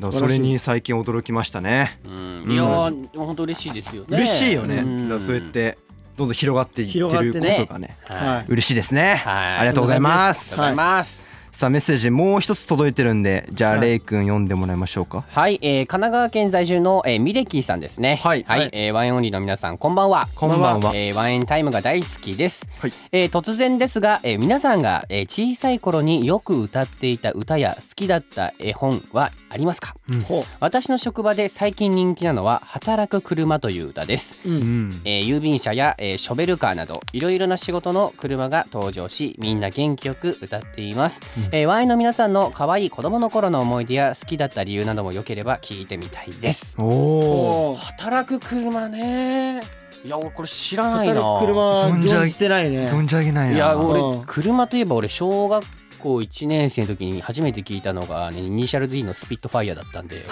Speaker 1: だ
Speaker 3: う
Speaker 1: から
Speaker 3: ん
Speaker 1: それに最近驚きましたね
Speaker 3: うんいやー本当嬉しいですよね
Speaker 1: 嬉しいよね、
Speaker 3: ん
Speaker 1: だからそうやってどんどん広がっていってる
Speaker 2: 広が
Speaker 1: こ
Speaker 2: ってね
Speaker 1: とがね
Speaker 3: はい
Speaker 2: はい
Speaker 1: 嬉しいですね、
Speaker 3: はい
Speaker 1: ありがとうございま
Speaker 3: ありがとうご
Speaker 1: す、
Speaker 3: ざいます
Speaker 1: さあメッセージもう一つ届いてるんでじゃあレイ君読んでもらいましょうか
Speaker 3: はい、えー神奈川県在住の、えーミレキーさんですね。
Speaker 1: はいはい
Speaker 3: えーワンエンオンリーの皆さん、こんばんは。
Speaker 1: こんばんはこんばんは
Speaker 3: えーワンエンタイムが大好きです。
Speaker 1: はい
Speaker 3: えー突然ですが、えー皆さんが、えー小さい頃によく歌っていた歌や好きだった絵本はありますか、
Speaker 1: うん
Speaker 2: ほ
Speaker 3: 私の職場で最近人気なのは「働く車」という歌です。
Speaker 2: う、う、
Speaker 1: うんん
Speaker 3: えー郵便車や、えーショベルカーなどいろいろな仕事の車が登場しみんな元気よく歌っています、
Speaker 1: うん
Speaker 3: えーワインの皆さんの可愛い子供の頃の思い出や好きだった理由などもよければ聞いてみたいです
Speaker 1: おお
Speaker 2: おー
Speaker 3: 働く車ねいや俺これ知らない
Speaker 2: 働
Speaker 3: な
Speaker 2: く車は
Speaker 1: 存じ上げ
Speaker 2: 存じてないね
Speaker 1: 存じ上げないない
Speaker 3: や俺、
Speaker 2: うん
Speaker 3: 車といえば俺小学校1年生の時に初めて聞いたのが、ね、イニシャル D のスピットファイヤーだったんで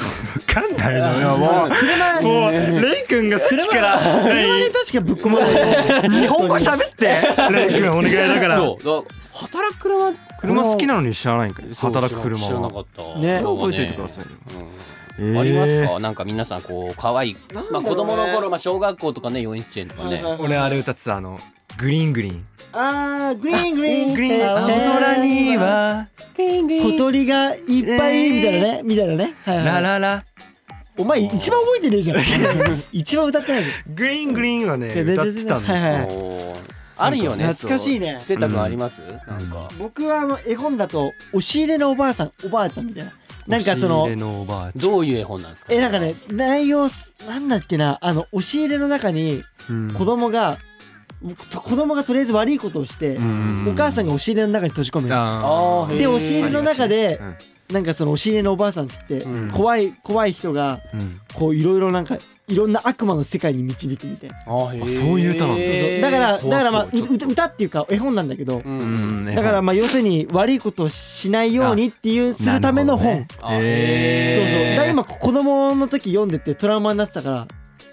Speaker 1: 分かんないな
Speaker 2: うん
Speaker 1: も
Speaker 2: 車
Speaker 1: うもうレイ君が好きから
Speaker 2: 車で確かぶっ込まれる
Speaker 1: 何日本語喋ってレイ君お願いだから
Speaker 3: そうだ働く車
Speaker 1: 車好きなのに知らないんかよ
Speaker 3: そう
Speaker 1: 働く車
Speaker 3: 知らな
Speaker 1: は
Speaker 3: かった
Speaker 2: ね
Speaker 3: なんか
Speaker 1: 覚えておいてくださいよ
Speaker 3: うん
Speaker 1: えー
Speaker 3: ありますかなんか皆さんこう可愛い
Speaker 2: なんだろう
Speaker 3: まあ
Speaker 2: ね
Speaker 3: 子供の頃まあ小学校とかね幼稚園とかね
Speaker 1: 俺あれ歌ってたあのグリーングリーン
Speaker 2: あーグリーングリーン
Speaker 1: グリーン青空には
Speaker 2: 小鳥がいっぱいみたいなねみたいなねはいはい
Speaker 1: ラララ
Speaker 2: お前一番覚えてねえじゃ
Speaker 1: [LAUGHS]
Speaker 2: ん一番歌ってない
Speaker 1: グリーングリーンはね歌ってたんです
Speaker 2: はいはい
Speaker 1: よ
Speaker 3: そうあるよね
Speaker 2: 懐かしいね
Speaker 3: そうてたくんありますなんか
Speaker 2: 僕はあの絵本だと押し入れのおばあさんおばあちゃんみたいななんか
Speaker 1: 押し
Speaker 2: そ
Speaker 1: 入
Speaker 2: の
Speaker 1: れのおばあち
Speaker 3: どういう絵本なんですか
Speaker 2: えなんかね内容すなんだっけなあの押し入れの中に
Speaker 1: ゃん
Speaker 2: 子供が、と子供がとりあえず悪いことをして、お母さんが押し入れの中に閉じ込める
Speaker 1: あー
Speaker 3: あーへー
Speaker 2: で押し入れの中で
Speaker 1: うん
Speaker 2: なんかその押し入れのおばあさんっつって、
Speaker 3: うん
Speaker 2: 怖い怖い人が
Speaker 1: うん
Speaker 2: こういろいろなんかいろんな悪魔の世界に導くみたいな、
Speaker 3: あへー
Speaker 1: あそういう歌なんです
Speaker 2: そうそうだからだ
Speaker 1: 怖そう
Speaker 2: からまあ
Speaker 1: ちょっと
Speaker 2: う歌歌っていうか絵本なんだけど、
Speaker 3: うん
Speaker 1: うん
Speaker 2: だからまあ要するに悪いことをしないようにっていうするための本、
Speaker 3: あ
Speaker 2: そう
Speaker 3: へ
Speaker 2: そうだ
Speaker 3: ー
Speaker 2: から今子供の時読んでてトラウマになってたから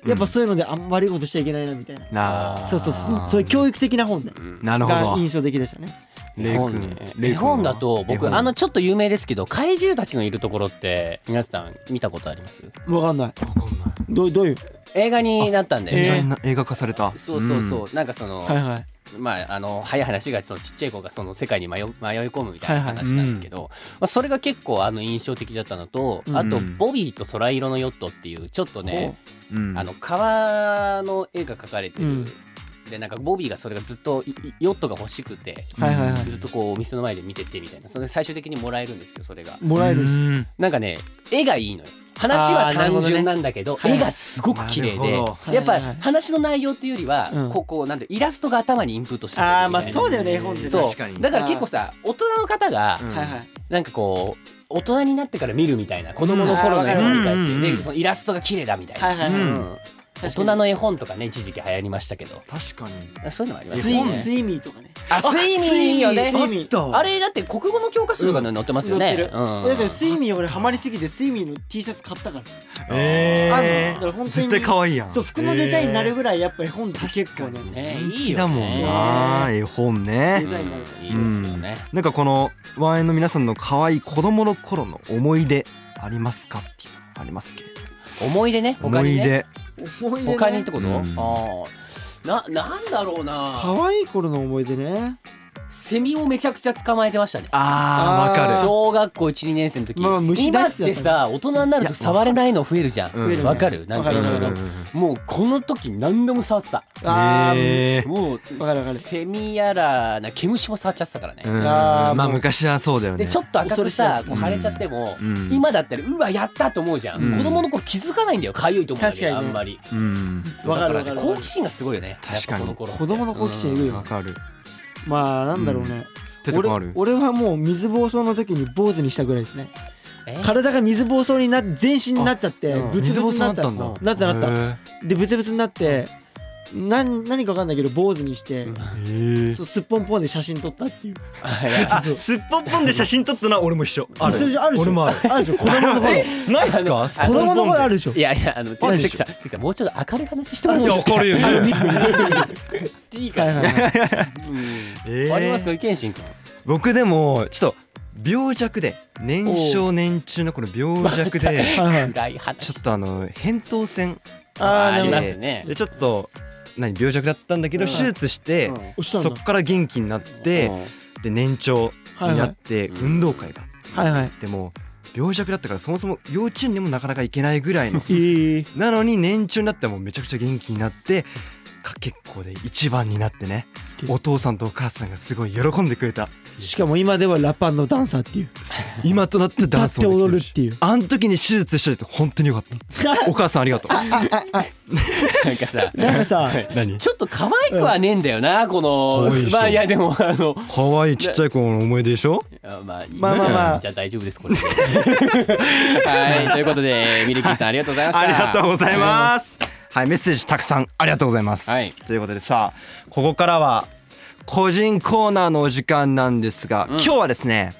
Speaker 1: うん
Speaker 2: やっぱそういうのであんま悪いことしちゃいけないなみたいな、
Speaker 1: なあ
Speaker 2: そうそうそうそういう教育的な本ね
Speaker 3: うん
Speaker 1: なるほ
Speaker 2: が
Speaker 1: ど
Speaker 2: 印象的でしたね
Speaker 1: レイ
Speaker 3: 絵本
Speaker 1: 君
Speaker 3: ね
Speaker 1: レイ君は
Speaker 3: 絵本だと
Speaker 1: 絵
Speaker 3: 僕
Speaker 1: 本
Speaker 3: あのちょっと有名ですけど怪獣たちのいるところって皆さん見たことあります
Speaker 2: わかんない
Speaker 1: わかんない
Speaker 2: どうどういう
Speaker 3: 映画になったんだよ
Speaker 1: 映画
Speaker 3: ね
Speaker 1: にな映画化された
Speaker 3: そうそうそうなんかその
Speaker 2: はいはい
Speaker 3: まあ、あの早い話がそのちっちゃい子がその世界に迷迷い込むみたいな
Speaker 2: はいはい
Speaker 3: 話なんですけど、まあ、それが結構あの印象的だったのと、
Speaker 2: うん
Speaker 3: あと「ボビーと空色のヨット」っていうちょっとね、
Speaker 1: うんうん
Speaker 3: あの川の絵が描かれてる、
Speaker 2: うん
Speaker 3: でなんかボビーがそれがずっといいヨットが欲しくて
Speaker 1: うん
Speaker 2: はいはいは
Speaker 3: ずっとこうお店の前で見ててみたいなそれで最終的にもらえるんですけどそれが
Speaker 2: もらえる
Speaker 1: うん
Speaker 3: なんかね絵がいいのよ話は
Speaker 2: あーなる
Speaker 3: 単
Speaker 2: ほどね
Speaker 3: 純なんだけど
Speaker 2: はいはい
Speaker 3: 絵がすごく綺麗
Speaker 1: なる
Speaker 3: で
Speaker 1: ほど
Speaker 2: はい
Speaker 3: やっぱ
Speaker 2: はいはい
Speaker 3: 話の内容っていうよりは、
Speaker 2: うん
Speaker 3: こうこうなんてイラストが頭にインプットしてるみたいな
Speaker 2: あーまあそうだよね絵本ってね
Speaker 3: そう
Speaker 1: 確かに
Speaker 3: だから結構さ大人の方が、
Speaker 1: うん
Speaker 2: はいはい
Speaker 3: なんかこう大人になってから見るみたいな子供の頃の絵本に対して、
Speaker 1: うん
Speaker 3: で
Speaker 1: うん
Speaker 3: そのイラストが綺麗だみたいな、
Speaker 2: はいはいはい、
Speaker 1: うん
Speaker 2: 確
Speaker 3: 大
Speaker 2: かに
Speaker 3: 人の絵本とかね一時期流行りましたけど
Speaker 1: 確かに
Speaker 3: そういうのもあります
Speaker 2: ス
Speaker 3: よ
Speaker 2: イ
Speaker 1: 本
Speaker 3: ね
Speaker 2: スイミーとかね
Speaker 3: あスイミーいいよね
Speaker 2: スイミー
Speaker 1: あ
Speaker 3: あれだって国語の教科書とかに載ってますよね、うん
Speaker 2: だってスイミー俺ハマりすぎてスイミーの T シャツ買ったからあの
Speaker 1: え
Speaker 2: だから
Speaker 1: ー
Speaker 2: 本当
Speaker 1: 絶
Speaker 2: に
Speaker 1: 対可愛いやん
Speaker 2: そう服のデザインになるぐらいやっぱ絵本って結構ね、
Speaker 3: ね
Speaker 1: 人
Speaker 3: いい
Speaker 1: 気だ
Speaker 3: よ
Speaker 1: もんな絵本ね
Speaker 2: デザインになる
Speaker 3: うんいいですよね、
Speaker 1: なんかこのワンエンの皆さんの可愛い子供の頃の思い出ありますかっていうのありますけど
Speaker 3: 思い出ね他
Speaker 1: 思
Speaker 3: に
Speaker 1: い
Speaker 3: ね
Speaker 1: 出
Speaker 2: 思い出、ね、
Speaker 3: 他にってこと、
Speaker 1: うん
Speaker 3: ああななんだろうな
Speaker 2: 可愛い頃の思い出ね
Speaker 3: セミをめちゃくちゃ捕まえてましたね
Speaker 1: あー
Speaker 2: あー
Speaker 1: わか
Speaker 3: 小学校12年生の時、
Speaker 2: まあまあ虫
Speaker 3: 今
Speaker 2: 大
Speaker 3: っ
Speaker 2: 好きだったね
Speaker 3: てさ大人になると触れないの増えるじゃん
Speaker 1: いや
Speaker 3: わ、
Speaker 1: うん
Speaker 3: かるなんかい
Speaker 1: る
Speaker 2: わ
Speaker 3: ろい
Speaker 2: か
Speaker 3: ろ
Speaker 1: うん
Speaker 3: もうこの時何でも触ってた
Speaker 2: あー、
Speaker 1: えー
Speaker 3: もう
Speaker 2: [LAUGHS] わかるわかる
Speaker 3: セミやらな毛虫も触っちゃってたからね、
Speaker 1: うん
Speaker 2: やー
Speaker 1: まあ
Speaker 2: もう
Speaker 1: 昔はそうだよね
Speaker 3: でちょっと赤くさ
Speaker 2: 恐ろ
Speaker 3: こ
Speaker 1: しいやつ
Speaker 3: う腫れちゃっても、
Speaker 1: うん
Speaker 3: 今だったらうわやったと思うじゃん、
Speaker 1: うん
Speaker 3: 子供の頃気づかないんだよかゆいと思うんだけど、
Speaker 2: 確か
Speaker 3: あ
Speaker 2: にね
Speaker 3: んまり
Speaker 1: うん
Speaker 3: そう
Speaker 2: わかる
Speaker 3: だから
Speaker 2: わかる
Speaker 3: 好奇心がすごいよね
Speaker 1: 確かに
Speaker 3: やっぱこの頃って
Speaker 2: 子供の好奇心いるよ
Speaker 1: わかる
Speaker 2: まあなんだろうね、
Speaker 1: てと
Speaker 2: 俺
Speaker 1: こある
Speaker 2: 俺はもう水暴走の時に坊主にしたぐらいですね
Speaker 3: うん [LAUGHS] え
Speaker 2: 体が水暴走にな全身になっちゃって
Speaker 3: あうん
Speaker 2: ブツ
Speaker 1: 水
Speaker 2: ブ
Speaker 1: ぼ
Speaker 2: ツに
Speaker 1: そあ
Speaker 2: なっ
Speaker 1: ったたんだ
Speaker 2: なったなった
Speaker 1: へ
Speaker 2: でブツブツになってなん何か分かんないけど坊主にして、
Speaker 1: ーへー
Speaker 2: そうすっぽんぽんで写真撮ったっていう
Speaker 3: あいや
Speaker 1: あすっぽんぽんで写真撮ったのは俺も一緒ある
Speaker 2: 一緒でしょあるでしょ
Speaker 1: 俺もある
Speaker 2: あるでしょ子供の頃子
Speaker 1: えないっすか
Speaker 3: あの
Speaker 2: 供の頃あ
Speaker 1: る
Speaker 2: るでしょ
Speaker 3: いやいや、あの、
Speaker 1: あるでしょ
Speaker 3: 関さん、関さん、もうちょっと明るい話してもらっていい
Speaker 1: や
Speaker 3: で
Speaker 1: わ
Speaker 3: すか
Speaker 1: かるよね [LAUGHS]
Speaker 3: いい
Speaker 2: はいはいはい
Speaker 1: えー
Speaker 3: ありますか、意見心君。
Speaker 1: 僕でもちょっと病弱で年少年中のこの病弱で
Speaker 2: はいはい
Speaker 3: 暗い話
Speaker 1: ちょっとあの扁桃腺
Speaker 2: あ
Speaker 3: あ
Speaker 2: ーで
Speaker 3: り
Speaker 2: も
Speaker 3: ま
Speaker 2: ね
Speaker 3: すね
Speaker 1: で。ちょっと何病弱だったんだけど
Speaker 2: うん
Speaker 1: 手術して
Speaker 3: うん
Speaker 2: 押したん
Speaker 1: そ
Speaker 2: だ
Speaker 1: っから元気になってで年長
Speaker 2: はい
Speaker 1: にな
Speaker 2: は
Speaker 1: いって運動会があって、
Speaker 2: はいはい
Speaker 1: でも病弱だったからそもそも幼稚園にもなかなか行けないぐらいの
Speaker 2: いい
Speaker 1: なのに年中になってもうめちゃくちゃ元気になってかけっこで一番になってね
Speaker 2: すげえ
Speaker 1: お父さんとお母さんがすごい喜んでくれた
Speaker 2: しかも今ではラパンのダンサーっていう
Speaker 1: 今となってダ
Speaker 2: 歌
Speaker 1: ン
Speaker 2: っ
Speaker 1: ス
Speaker 2: て
Speaker 1: もでき
Speaker 2: 踊る
Speaker 1: る
Speaker 2: っ
Speaker 1: して
Speaker 2: いう
Speaker 1: あの時に手術したりって本当によかっ
Speaker 2: [LAUGHS]
Speaker 1: たお母さんありがとう
Speaker 3: なんかさ
Speaker 2: なんかさ
Speaker 1: 何
Speaker 3: ちょっと可愛くはねえんだよな、この
Speaker 1: 可愛いでしょ
Speaker 3: まあいやでもあの
Speaker 1: 可愛いちっちゃい子の思い出でしょ
Speaker 3: あまあ
Speaker 2: まあまあまあ
Speaker 3: じゃあ大丈夫ですこれで [LAUGHS] はいということでミルキーさんありがとうございました
Speaker 1: ありがとうございます。はい、メッセージたくさんありがとうございます。
Speaker 3: はい
Speaker 1: ということでさあ、ここからは個人コーナーのお時間なんですが、今日はですね、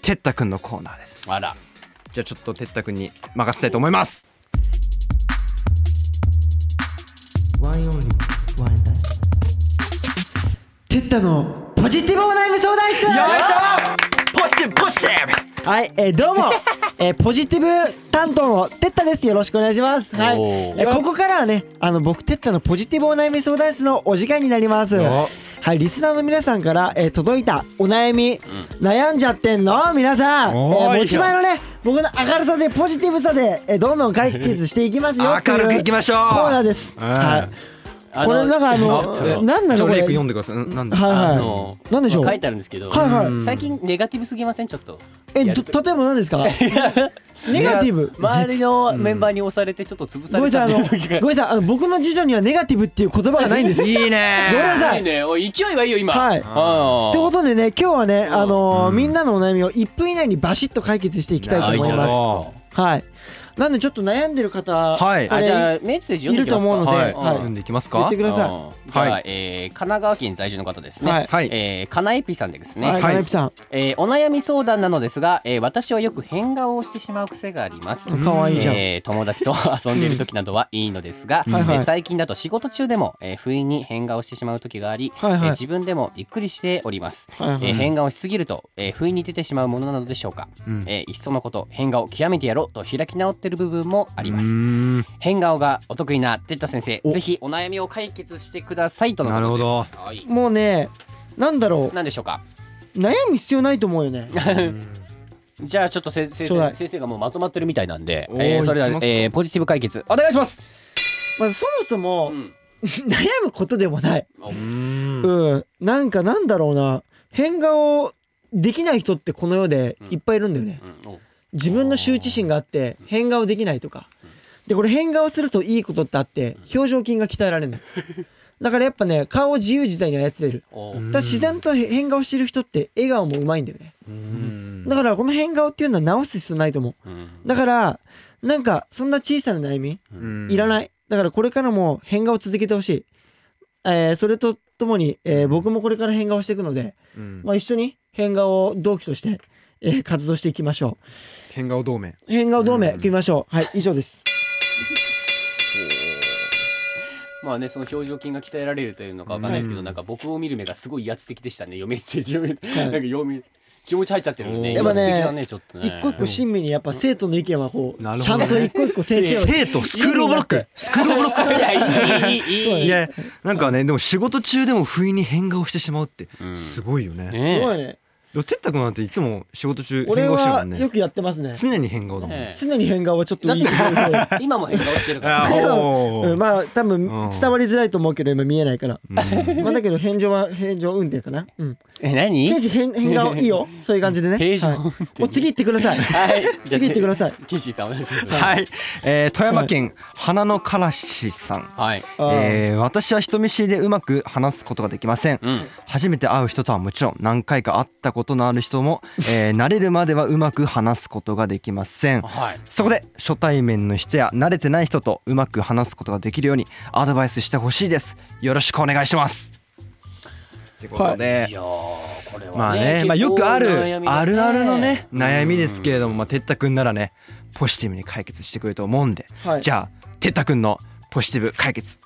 Speaker 1: てったくんのコーナーです。
Speaker 3: あら。
Speaker 1: じゃあちょっとてったくんに任せたいと思います。
Speaker 6: ワインオンリー、ワインダイス。
Speaker 2: テッタのポジティブお悩み相談室
Speaker 1: よいしょポジティブポジティブ
Speaker 2: はい、えーど
Speaker 1: [LAUGHS]
Speaker 2: うも、えーポジティブ担当のテッタです。よろしくお願いします。はい、
Speaker 3: おー
Speaker 2: えーここからはね、あの僕テッタのポジティブお悩み相談室のお時間になります。
Speaker 1: よ
Speaker 2: はい、リスナーの皆さんから、えー届いたお悩み、悩んじゃってんの皆さん、え
Speaker 1: おー
Speaker 2: ー
Speaker 1: いいよ
Speaker 2: 持ち前のね、僕の明るさでポジティブさで、えーどんどん解決していきますよっていう
Speaker 1: 明るくいきましょう
Speaker 2: コーナーです。
Speaker 1: うん
Speaker 2: はい、
Speaker 3: あの
Speaker 2: これなんかあ
Speaker 3: ちょっ
Speaker 2: の
Speaker 3: と
Speaker 2: なんな
Speaker 1: ジ
Speaker 2: の
Speaker 1: ョ
Speaker 2: こ
Speaker 1: レイ
Speaker 2: れ。
Speaker 1: ク読
Speaker 2: はい
Speaker 1: んでください。うんなんだ。
Speaker 3: あ
Speaker 2: は
Speaker 3: の
Speaker 2: い。なんでしょう。
Speaker 3: ま
Speaker 2: は
Speaker 3: あ書い
Speaker 2: い
Speaker 3: てあるんですけど、
Speaker 2: はい。
Speaker 3: 最近ネガティブすぎませんちょっと
Speaker 2: え
Speaker 3: や
Speaker 2: ど
Speaker 3: ると
Speaker 2: 例えば何ですか。ネガティブ。
Speaker 3: 周りのメンバーに押されてちょっと潰
Speaker 2: ご
Speaker 3: さ
Speaker 2: めん
Speaker 3: れ
Speaker 2: な
Speaker 3: ちゃ
Speaker 2: さい、あ
Speaker 3: ってる
Speaker 2: の、
Speaker 3: 時が
Speaker 2: ごめんなさい、あの、僕の辞書にはネガティブっていう言葉が
Speaker 3: [LAUGHS]
Speaker 2: ないんです。
Speaker 1: いい
Speaker 2: ごめんな
Speaker 1: ね
Speaker 2: さ
Speaker 3: いいねおい勢いはいいよ今
Speaker 2: はい
Speaker 3: あー
Speaker 2: ってことでね、今日はね、あのー
Speaker 1: うん
Speaker 2: みんなのお悩みを1分以内にバシッと解決していきたいと
Speaker 3: あいい
Speaker 2: 思
Speaker 3: じ
Speaker 2: い
Speaker 3: ゃない
Speaker 2: ま。
Speaker 1: ます
Speaker 2: はい。なんでちょっと悩んでる方、
Speaker 1: はい
Speaker 3: すかあ
Speaker 2: れ
Speaker 3: じゃあメッセージ読んで
Speaker 2: いる
Speaker 3: きますか
Speaker 2: と思うので
Speaker 1: はい。
Speaker 3: うん
Speaker 1: 読んでいきます
Speaker 2: 言っ
Speaker 1: か
Speaker 2: て。くださ
Speaker 3: うんじゃあ、えー神奈川県在住の方ですね、
Speaker 2: はい
Speaker 1: はい
Speaker 3: えー、かなえぴさんでです
Speaker 2: い。
Speaker 3: ね、
Speaker 2: はい、
Speaker 1: はい
Speaker 2: 金木さ
Speaker 3: えーお悩み相談なのですが、えー私はよく変顔をしてしまう癖があります、
Speaker 2: ん。かわいいじゃん。
Speaker 3: えー友達と遊んでいる時などはいいのですが、
Speaker 2: はいはい
Speaker 3: えー最近だと仕事中でも、えー不意に変顔してしまう時があり、
Speaker 2: はいはい
Speaker 3: えー自分でもびっくりしております、
Speaker 2: はいはい
Speaker 3: えー変顔しすぎると、えー不意に出てしまうものなのでしょうか、
Speaker 1: うん
Speaker 3: えーいっそのこと変顔極めてやろうと開き直ってる部分もありま
Speaker 1: う
Speaker 3: す、
Speaker 1: ん
Speaker 3: 変顔がお得意なテッド先生
Speaker 1: お
Speaker 3: ぜひお悩みを解決してくださいとの
Speaker 1: なる
Speaker 3: こ
Speaker 1: ほ
Speaker 3: と
Speaker 1: ど。
Speaker 3: ですはい
Speaker 2: もうね、なんだろ
Speaker 3: 何でしょうか
Speaker 2: う、悩む必要ないと思うよね。
Speaker 3: じゃあちょっとせ先
Speaker 2: ちょうだ
Speaker 3: 生
Speaker 2: い
Speaker 3: 先生がもうまとまってるみたいなんで、
Speaker 1: おー
Speaker 3: えーそれで
Speaker 1: いきま
Speaker 3: は、
Speaker 1: すか
Speaker 3: えーポジティブ解決お願いします、
Speaker 2: まあ、そもそも、
Speaker 3: ん、
Speaker 2: [LAUGHS] 悩むことでもない。
Speaker 3: お
Speaker 1: [LAUGHS] うん
Speaker 2: うん。なんかなんだろうな、変顔できない人ってこの世でいっぱいいるんだよね。
Speaker 3: うんお
Speaker 2: 自分の羞恥心があって変顔できないとかでこれ変顔するといいことってあって表情筋が鍛えられるのだからやっぱね顔を自由自在に操れる
Speaker 3: お
Speaker 1: うん
Speaker 2: だから自然と変顔してる人って笑顔もうまいんだよね
Speaker 1: うん
Speaker 2: だからこの変顔っていうのは直す必要ないと思
Speaker 3: うん
Speaker 2: うだからなんかそんな小さな悩みいらないだからこれからも変顔を続けてほしい、えーそれとともに、えー僕もこれから変顔していくので、
Speaker 1: うん
Speaker 2: まあ、一緒に変顔を同期として、えー活動していきましょう
Speaker 1: 変顔同盟
Speaker 2: 変顔同盟
Speaker 1: うん
Speaker 2: 組みましょう。はい、以上です。
Speaker 3: まあねその表情筋が鍛えられるというのかわかんないですけど、
Speaker 1: うん
Speaker 3: なんか僕を見る目がすごい威圧的でしたねよメッセージ読
Speaker 2: い
Speaker 3: み、[LAUGHS] なんか読み気持ち入っちゃってるんで、ね、
Speaker 1: や
Speaker 2: っぱね
Speaker 3: 威圧的だねちょっとね
Speaker 2: 一個一個親身にやっぱ生徒の意見はこ
Speaker 1: な
Speaker 2: う
Speaker 1: る
Speaker 2: ち
Speaker 1: ほど
Speaker 2: ゃ
Speaker 1: ね
Speaker 2: んと一個一個先生を。
Speaker 1: 生徒スクールオブロックスクールオブロック
Speaker 3: いやいいいいいい
Speaker 2: そうだ
Speaker 1: い
Speaker 2: ね
Speaker 1: やなんかねでも仕事中でも不意に変顔してしまうって
Speaker 3: うん
Speaker 1: すごいよね、
Speaker 2: す
Speaker 3: ね
Speaker 2: ごいね。
Speaker 1: でもてったくんなんていつも仕事中
Speaker 2: 俺
Speaker 1: 変顔してるも
Speaker 2: は
Speaker 1: ん
Speaker 2: よ
Speaker 1: ね
Speaker 2: くやってますね。
Speaker 1: 常に変顔だもん、
Speaker 3: ね
Speaker 2: 常に変顔はちょっといい。
Speaker 3: [LAUGHS]
Speaker 2: [LAUGHS]
Speaker 3: 今も変顔してるから
Speaker 1: あーおー
Speaker 2: うんまあ多分
Speaker 1: うん
Speaker 2: 伝わりづらいと思うけど今見えないから。 [LAUGHS]
Speaker 1: うん
Speaker 2: まあだけど返上は返上運転かな。うん。
Speaker 3: [LAUGHS] え何
Speaker 2: ケイジ変変顔いいよ。そういう感じでね。
Speaker 3: 平常
Speaker 2: はい
Speaker 3: 運転
Speaker 2: もう次行ってください。
Speaker 3: はい
Speaker 2: 次行ってください。
Speaker 3: ケイシーさんお願いします
Speaker 1: はい、えー富山県花のからしさん、
Speaker 3: はい
Speaker 2: あー
Speaker 1: えー私は人見知りでうまく話すことができません、
Speaker 3: うん
Speaker 1: 初めて会う人とはもちろん何回か会ったことのある人も、えー慣れるまではうまく話すことができません
Speaker 3: はい
Speaker 1: そこで初対面の人や慣れてない人とうまく話すことができるようにアドバイスしてほしいですよろしくお願いしますってことで、
Speaker 3: いやーこれはね
Speaker 1: まあね、まあ、
Speaker 3: 結
Speaker 1: よ
Speaker 3: 構
Speaker 1: くあ
Speaker 3: お悩
Speaker 1: る
Speaker 3: みだ
Speaker 1: あるあるのね悩みですけれども、まあ、てったくんならねポジティブに解決してくれると思うんで、
Speaker 2: はい
Speaker 1: じゃあてったくんのポジティブ解決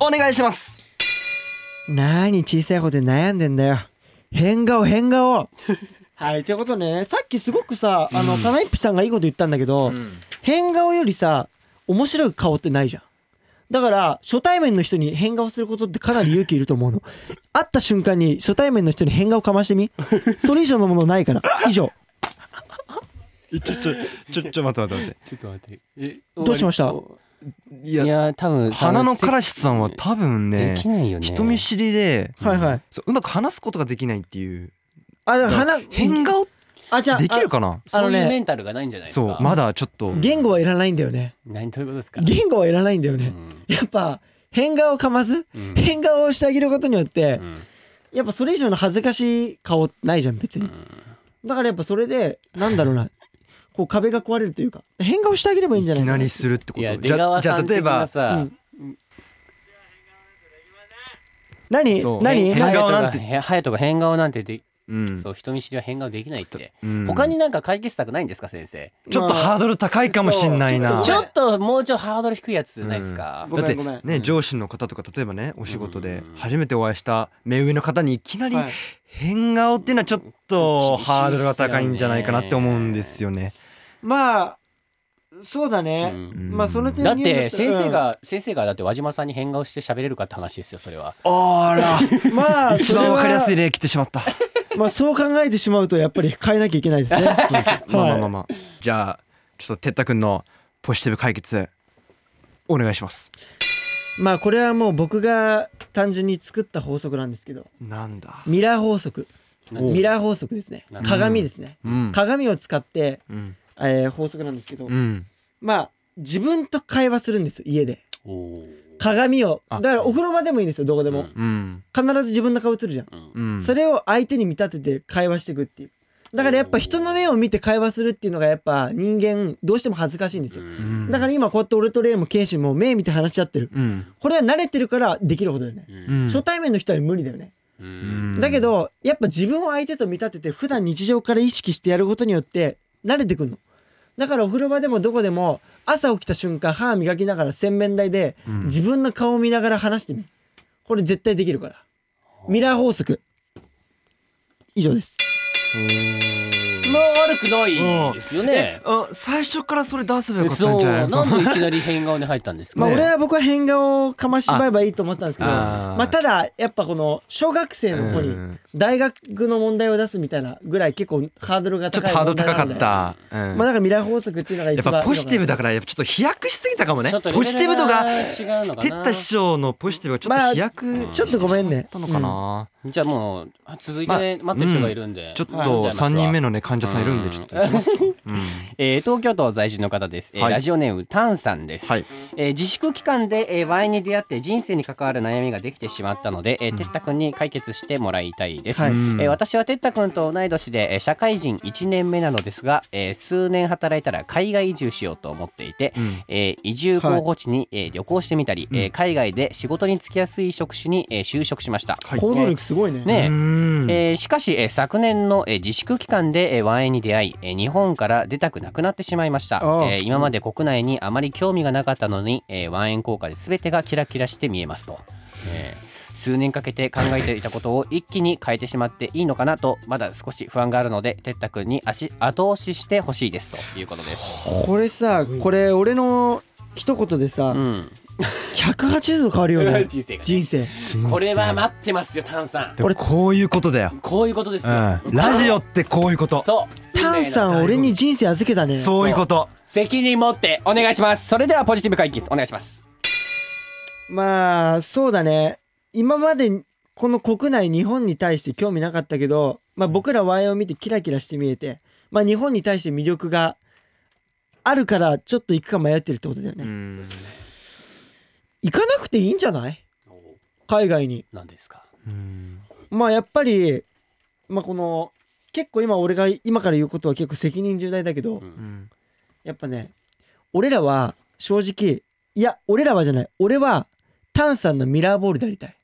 Speaker 1: お願いします
Speaker 2: なーに小さいことで悩んでんだよ。変顔変
Speaker 1: [LAUGHS]
Speaker 2: 顔はい、ということでね、さっきすごくさ、あの、かなえっぴさんがいいこと言ったんだけど、変顔よりさ、面白い顔ってないじゃん。だから初対面の人に変顔することってかなり勇気いる
Speaker 1: [LAUGHS]
Speaker 2: と思うの会った瞬間に初対面の人に変顔かましてみそれ以上のものないから以上
Speaker 1: ちょちょちょちょ待って待って待っ
Speaker 3: ちょっと待って。え、
Speaker 2: どうしました
Speaker 1: てい
Speaker 3: いや、
Speaker 1: や
Speaker 3: 多分、
Speaker 1: 花のからしさんは多分
Speaker 3: ね、
Speaker 1: ね
Speaker 3: できないよね。
Speaker 1: 人見知りで
Speaker 3: うん
Speaker 2: はいはい
Speaker 1: そううまく話すことができないっていう
Speaker 2: あでも鼻
Speaker 1: 変顔
Speaker 2: あじゃあ
Speaker 1: できるかな
Speaker 2: あ
Speaker 3: そう
Speaker 2: の
Speaker 3: いう
Speaker 2: ね
Speaker 3: メンタルがないんじゃないです
Speaker 1: そ
Speaker 3: か。
Speaker 1: うま。だちょっと
Speaker 2: あ言語はいらないんだよね
Speaker 3: 何ということですか。
Speaker 2: 言語はいらないんだよ
Speaker 3: う
Speaker 2: ね、
Speaker 3: ん
Speaker 2: やっぱ変顔かます
Speaker 3: うん
Speaker 2: 変顔をしてあげることによって
Speaker 3: うん
Speaker 2: やっぱそれ以上の恥ずかしい顔ないじゃん別
Speaker 3: う
Speaker 2: に
Speaker 3: ん
Speaker 2: だからやっぱそれでなんだろう
Speaker 1: [LAUGHS]
Speaker 2: なこう壁が壊れるというか変顔してあげればいいんじゃない
Speaker 1: き
Speaker 2: か
Speaker 1: な
Speaker 2: な
Speaker 1: りするってこ
Speaker 3: いや
Speaker 1: と
Speaker 3: 出川
Speaker 1: じゃ
Speaker 3: さ
Speaker 1: あ
Speaker 3: ん
Speaker 1: 例え
Speaker 3: 的な
Speaker 1: ば
Speaker 3: さ、
Speaker 2: うん何
Speaker 1: そう
Speaker 2: 何
Speaker 1: 変顔なんて
Speaker 3: ハヤトが変顔なんてで、
Speaker 1: うん
Speaker 3: そう人見知りは変顔できないって、
Speaker 1: うん
Speaker 3: 他になんか解決策ないんですか先生、
Speaker 1: ちょっとハードル高いかもしんないな
Speaker 3: ちょっともうちょいハードル低いやつないですか、
Speaker 2: ん
Speaker 1: だって
Speaker 2: ごめんご
Speaker 1: ね
Speaker 3: うん
Speaker 1: 上司の方とか例えばねお仕事で
Speaker 3: うん
Speaker 1: 初めてお会いした目上の方にいきなり
Speaker 2: はい
Speaker 1: 変顔っていうのはちょっとハードルが高いんじゃないかなって思うんですよね。
Speaker 2: まあそうだ
Speaker 3: う
Speaker 2: ね、
Speaker 3: ん
Speaker 1: ん
Speaker 2: まあその点
Speaker 3: だって
Speaker 2: 人に
Speaker 3: 先
Speaker 2: よ
Speaker 3: 生が、先生がだって輪島さんに変顔して喋れるかって話ですよそれは
Speaker 1: あ
Speaker 3: [LAUGHS]
Speaker 1: ら
Speaker 2: うんま
Speaker 1: [LAUGHS]
Speaker 2: あ
Speaker 1: 一番わかりやすい
Speaker 2: い
Speaker 1: 例来てしまった。
Speaker 2: まあそう考えてしまうとやっぱり変えなきゃいけないですね
Speaker 1: [LAUGHS] まあまあまあまあじゃあちょっと哲太くんのポジティブ解決お願いします。
Speaker 2: まあこれはもう僕が単純に作った法則なんですけど
Speaker 1: なんだ。
Speaker 2: ミラー法則
Speaker 1: お
Speaker 2: ミラー法則ですね
Speaker 3: うん
Speaker 2: 鏡ですね、
Speaker 1: うん。
Speaker 2: 鏡を使って、
Speaker 1: うん。
Speaker 2: えー法則なんですけど、
Speaker 1: うん。
Speaker 2: まあ自分と会話するんですよ家で
Speaker 3: おお
Speaker 2: 鏡を
Speaker 1: あ
Speaker 2: だからお風呂場でもいいんですよどこでも、
Speaker 3: うん
Speaker 1: うん。
Speaker 2: 必ず自分の顔映るじゃん、
Speaker 1: うん。
Speaker 2: それを相手に見立てて会話していくっていうだからやっぱ人の目を見て会話するっていうのがやっぱ人間どうしても恥ずかしいんです
Speaker 1: う
Speaker 2: よ、
Speaker 1: ん
Speaker 2: だから今こうやって俺とレイもケイシンも目見て話し合ってる
Speaker 1: うん。
Speaker 2: これは慣れてるからできることだよね、
Speaker 1: うん。
Speaker 2: 初対面の人は無理だよね、
Speaker 1: うん
Speaker 2: だけどやっぱ自分を相手と見立てて普段日常から意識してやることによって慣れてくんのだからお風呂場でもどこでも朝起きた瞬間歯磨きながら洗面台で
Speaker 1: うん
Speaker 2: 自分の顔を見ながら話してみるこれ絶対できるからミラー法則以上です
Speaker 3: まあ悪くないですよね
Speaker 1: あ最初からそれ出せばよかった
Speaker 3: そ
Speaker 1: ん
Speaker 3: う
Speaker 1: じゃない
Speaker 3: な
Speaker 1: の
Speaker 3: んでいきなり変顔に入った
Speaker 1: [LAUGHS]
Speaker 3: んですか、
Speaker 2: まあ
Speaker 1: ね
Speaker 2: 俺は僕は変顔をかましばえばいいと思ったんですけど
Speaker 1: ああー
Speaker 2: まあただやっぱこの小学生の子
Speaker 1: う
Speaker 2: に
Speaker 1: ん
Speaker 2: 大学の問題を出すみたいなぐらい結構ハードルが
Speaker 1: ちょっ
Speaker 2: 高
Speaker 1: と
Speaker 2: い
Speaker 1: ハード
Speaker 2: 問
Speaker 1: ル
Speaker 2: 題な
Speaker 1: 高
Speaker 2: ん
Speaker 1: か
Speaker 2: で
Speaker 1: った。うん
Speaker 2: まあだからミラー法則っていうのが
Speaker 1: や
Speaker 2: 一
Speaker 1: っ
Speaker 2: 番
Speaker 1: ぱポジティブだ
Speaker 2: か
Speaker 1: からやっぱちょっと飛躍しすぎたかもね
Speaker 3: ちょっとレベ
Speaker 1: ポ
Speaker 3: ル
Speaker 1: ジティブ度が
Speaker 3: 違うのかな
Speaker 1: 哲太師匠のポジティブがちょっと飛躍
Speaker 3: まあ
Speaker 2: ちょっとごめんね
Speaker 1: しちゃったのかな、
Speaker 3: じゃあもう続いて、ね待ってる人がいるんで、
Speaker 1: ちょっと
Speaker 3: はいじゃあまず
Speaker 1: 3
Speaker 3: は
Speaker 1: 人目のね患者さんいるんでちょっと行きますか、うん
Speaker 3: えー東京都在住の方です、えー
Speaker 1: はい
Speaker 3: ラジオネームタンさんです、
Speaker 1: はい
Speaker 3: えー自粛期間で、えー、ワインに出会って人生に関わる悩みができてしまったので、えー、てったくんに解決してもらいたいです、
Speaker 2: はい
Speaker 1: うん
Speaker 3: えー私はてったくんと同い年で、えー社会人1年目なのですが、えー数年働いたら海外移住しようと思っていて、
Speaker 1: うん
Speaker 3: えー移住候補地に、えー旅行してみたり、えー海外で仕事に就きやすい職種に、えー就職しました、
Speaker 1: はい
Speaker 2: 行動力すごいね
Speaker 3: ね
Speaker 1: うん
Speaker 3: えーしかし、えー昨年の、えー自粛期間で、えー、ワインに出会い、えー日本から出たくなくなってしまいました、え
Speaker 2: ああ
Speaker 3: ー今まで国内にあまり興味がなかったのに、えー、ワイン効果で全てがキラキラして見えますと、えー数年かけて考えていたことを一気に変えてしまっていいのかなとまだ少し不安があるのでてったくんに足後押ししてほしいですということです
Speaker 2: これさこれ俺の一言で
Speaker 3: う
Speaker 2: さ
Speaker 3: ん、
Speaker 2: 180度変わるよね
Speaker 3: [LAUGHS] 人生がね
Speaker 2: 人生
Speaker 1: 人生
Speaker 3: これは待ってますよ炭酸
Speaker 1: でもこういうことだよ、
Speaker 3: こういうことです
Speaker 1: う
Speaker 3: よ、
Speaker 1: ん、ラジオってこういうこと
Speaker 3: そう
Speaker 2: タンさん俺に人生預けたね
Speaker 1: そういうこと
Speaker 3: 責任持ってお願いしますそれではポジティブ解禁お願いします
Speaker 2: まあそうだね今までこの国内日本に対して興味なかったけど、まあ、僕らワインを見てキラキラして見えて、まあ、日本に対して魅力があるからちょっと行くか迷ってるってことだよね、
Speaker 1: うん
Speaker 2: 行かなくていいんじゃない海外に
Speaker 3: 何ですか
Speaker 1: うん
Speaker 2: まあやっぱり、まあ、この結構今俺が今から言うことは結構責任重大だけど、
Speaker 3: うん
Speaker 1: うん
Speaker 2: やっぱね俺らは正直いや俺らはじゃない俺はタンさんのミラーボールでありたい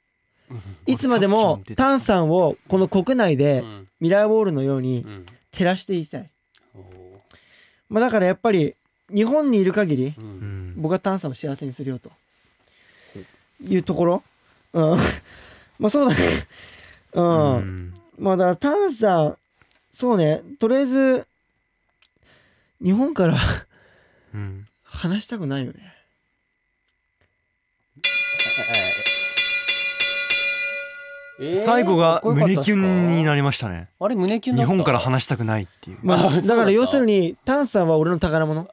Speaker 2: いつまでもタンさんをこの国内
Speaker 3: う
Speaker 2: で
Speaker 3: ん
Speaker 2: ミラーボールのように
Speaker 3: うん
Speaker 2: 照らしていきたい、
Speaker 3: おー
Speaker 2: まあ、だからやっぱり日本にいる限り
Speaker 3: うん
Speaker 1: うん
Speaker 2: 僕はタンさんを幸せにするよというところうん [LAUGHS] まあそうだねうん、
Speaker 1: うん
Speaker 2: まあだからタンさんそうねとりあえず日本から [LAUGHS]
Speaker 1: うん
Speaker 2: 話したくないよね
Speaker 3: えー
Speaker 1: 最後が
Speaker 3: かっこよかった
Speaker 1: 胸
Speaker 3: っ
Speaker 1: キ
Speaker 3: す
Speaker 1: ュ
Speaker 3: か
Speaker 1: ンになりましたね
Speaker 3: あれ胸キュンだ
Speaker 1: 日
Speaker 3: った
Speaker 1: 本から話したくないっていう
Speaker 2: ま
Speaker 3: あそうだ
Speaker 2: あ、
Speaker 3: った
Speaker 2: だから要するにタンさんは俺の宝物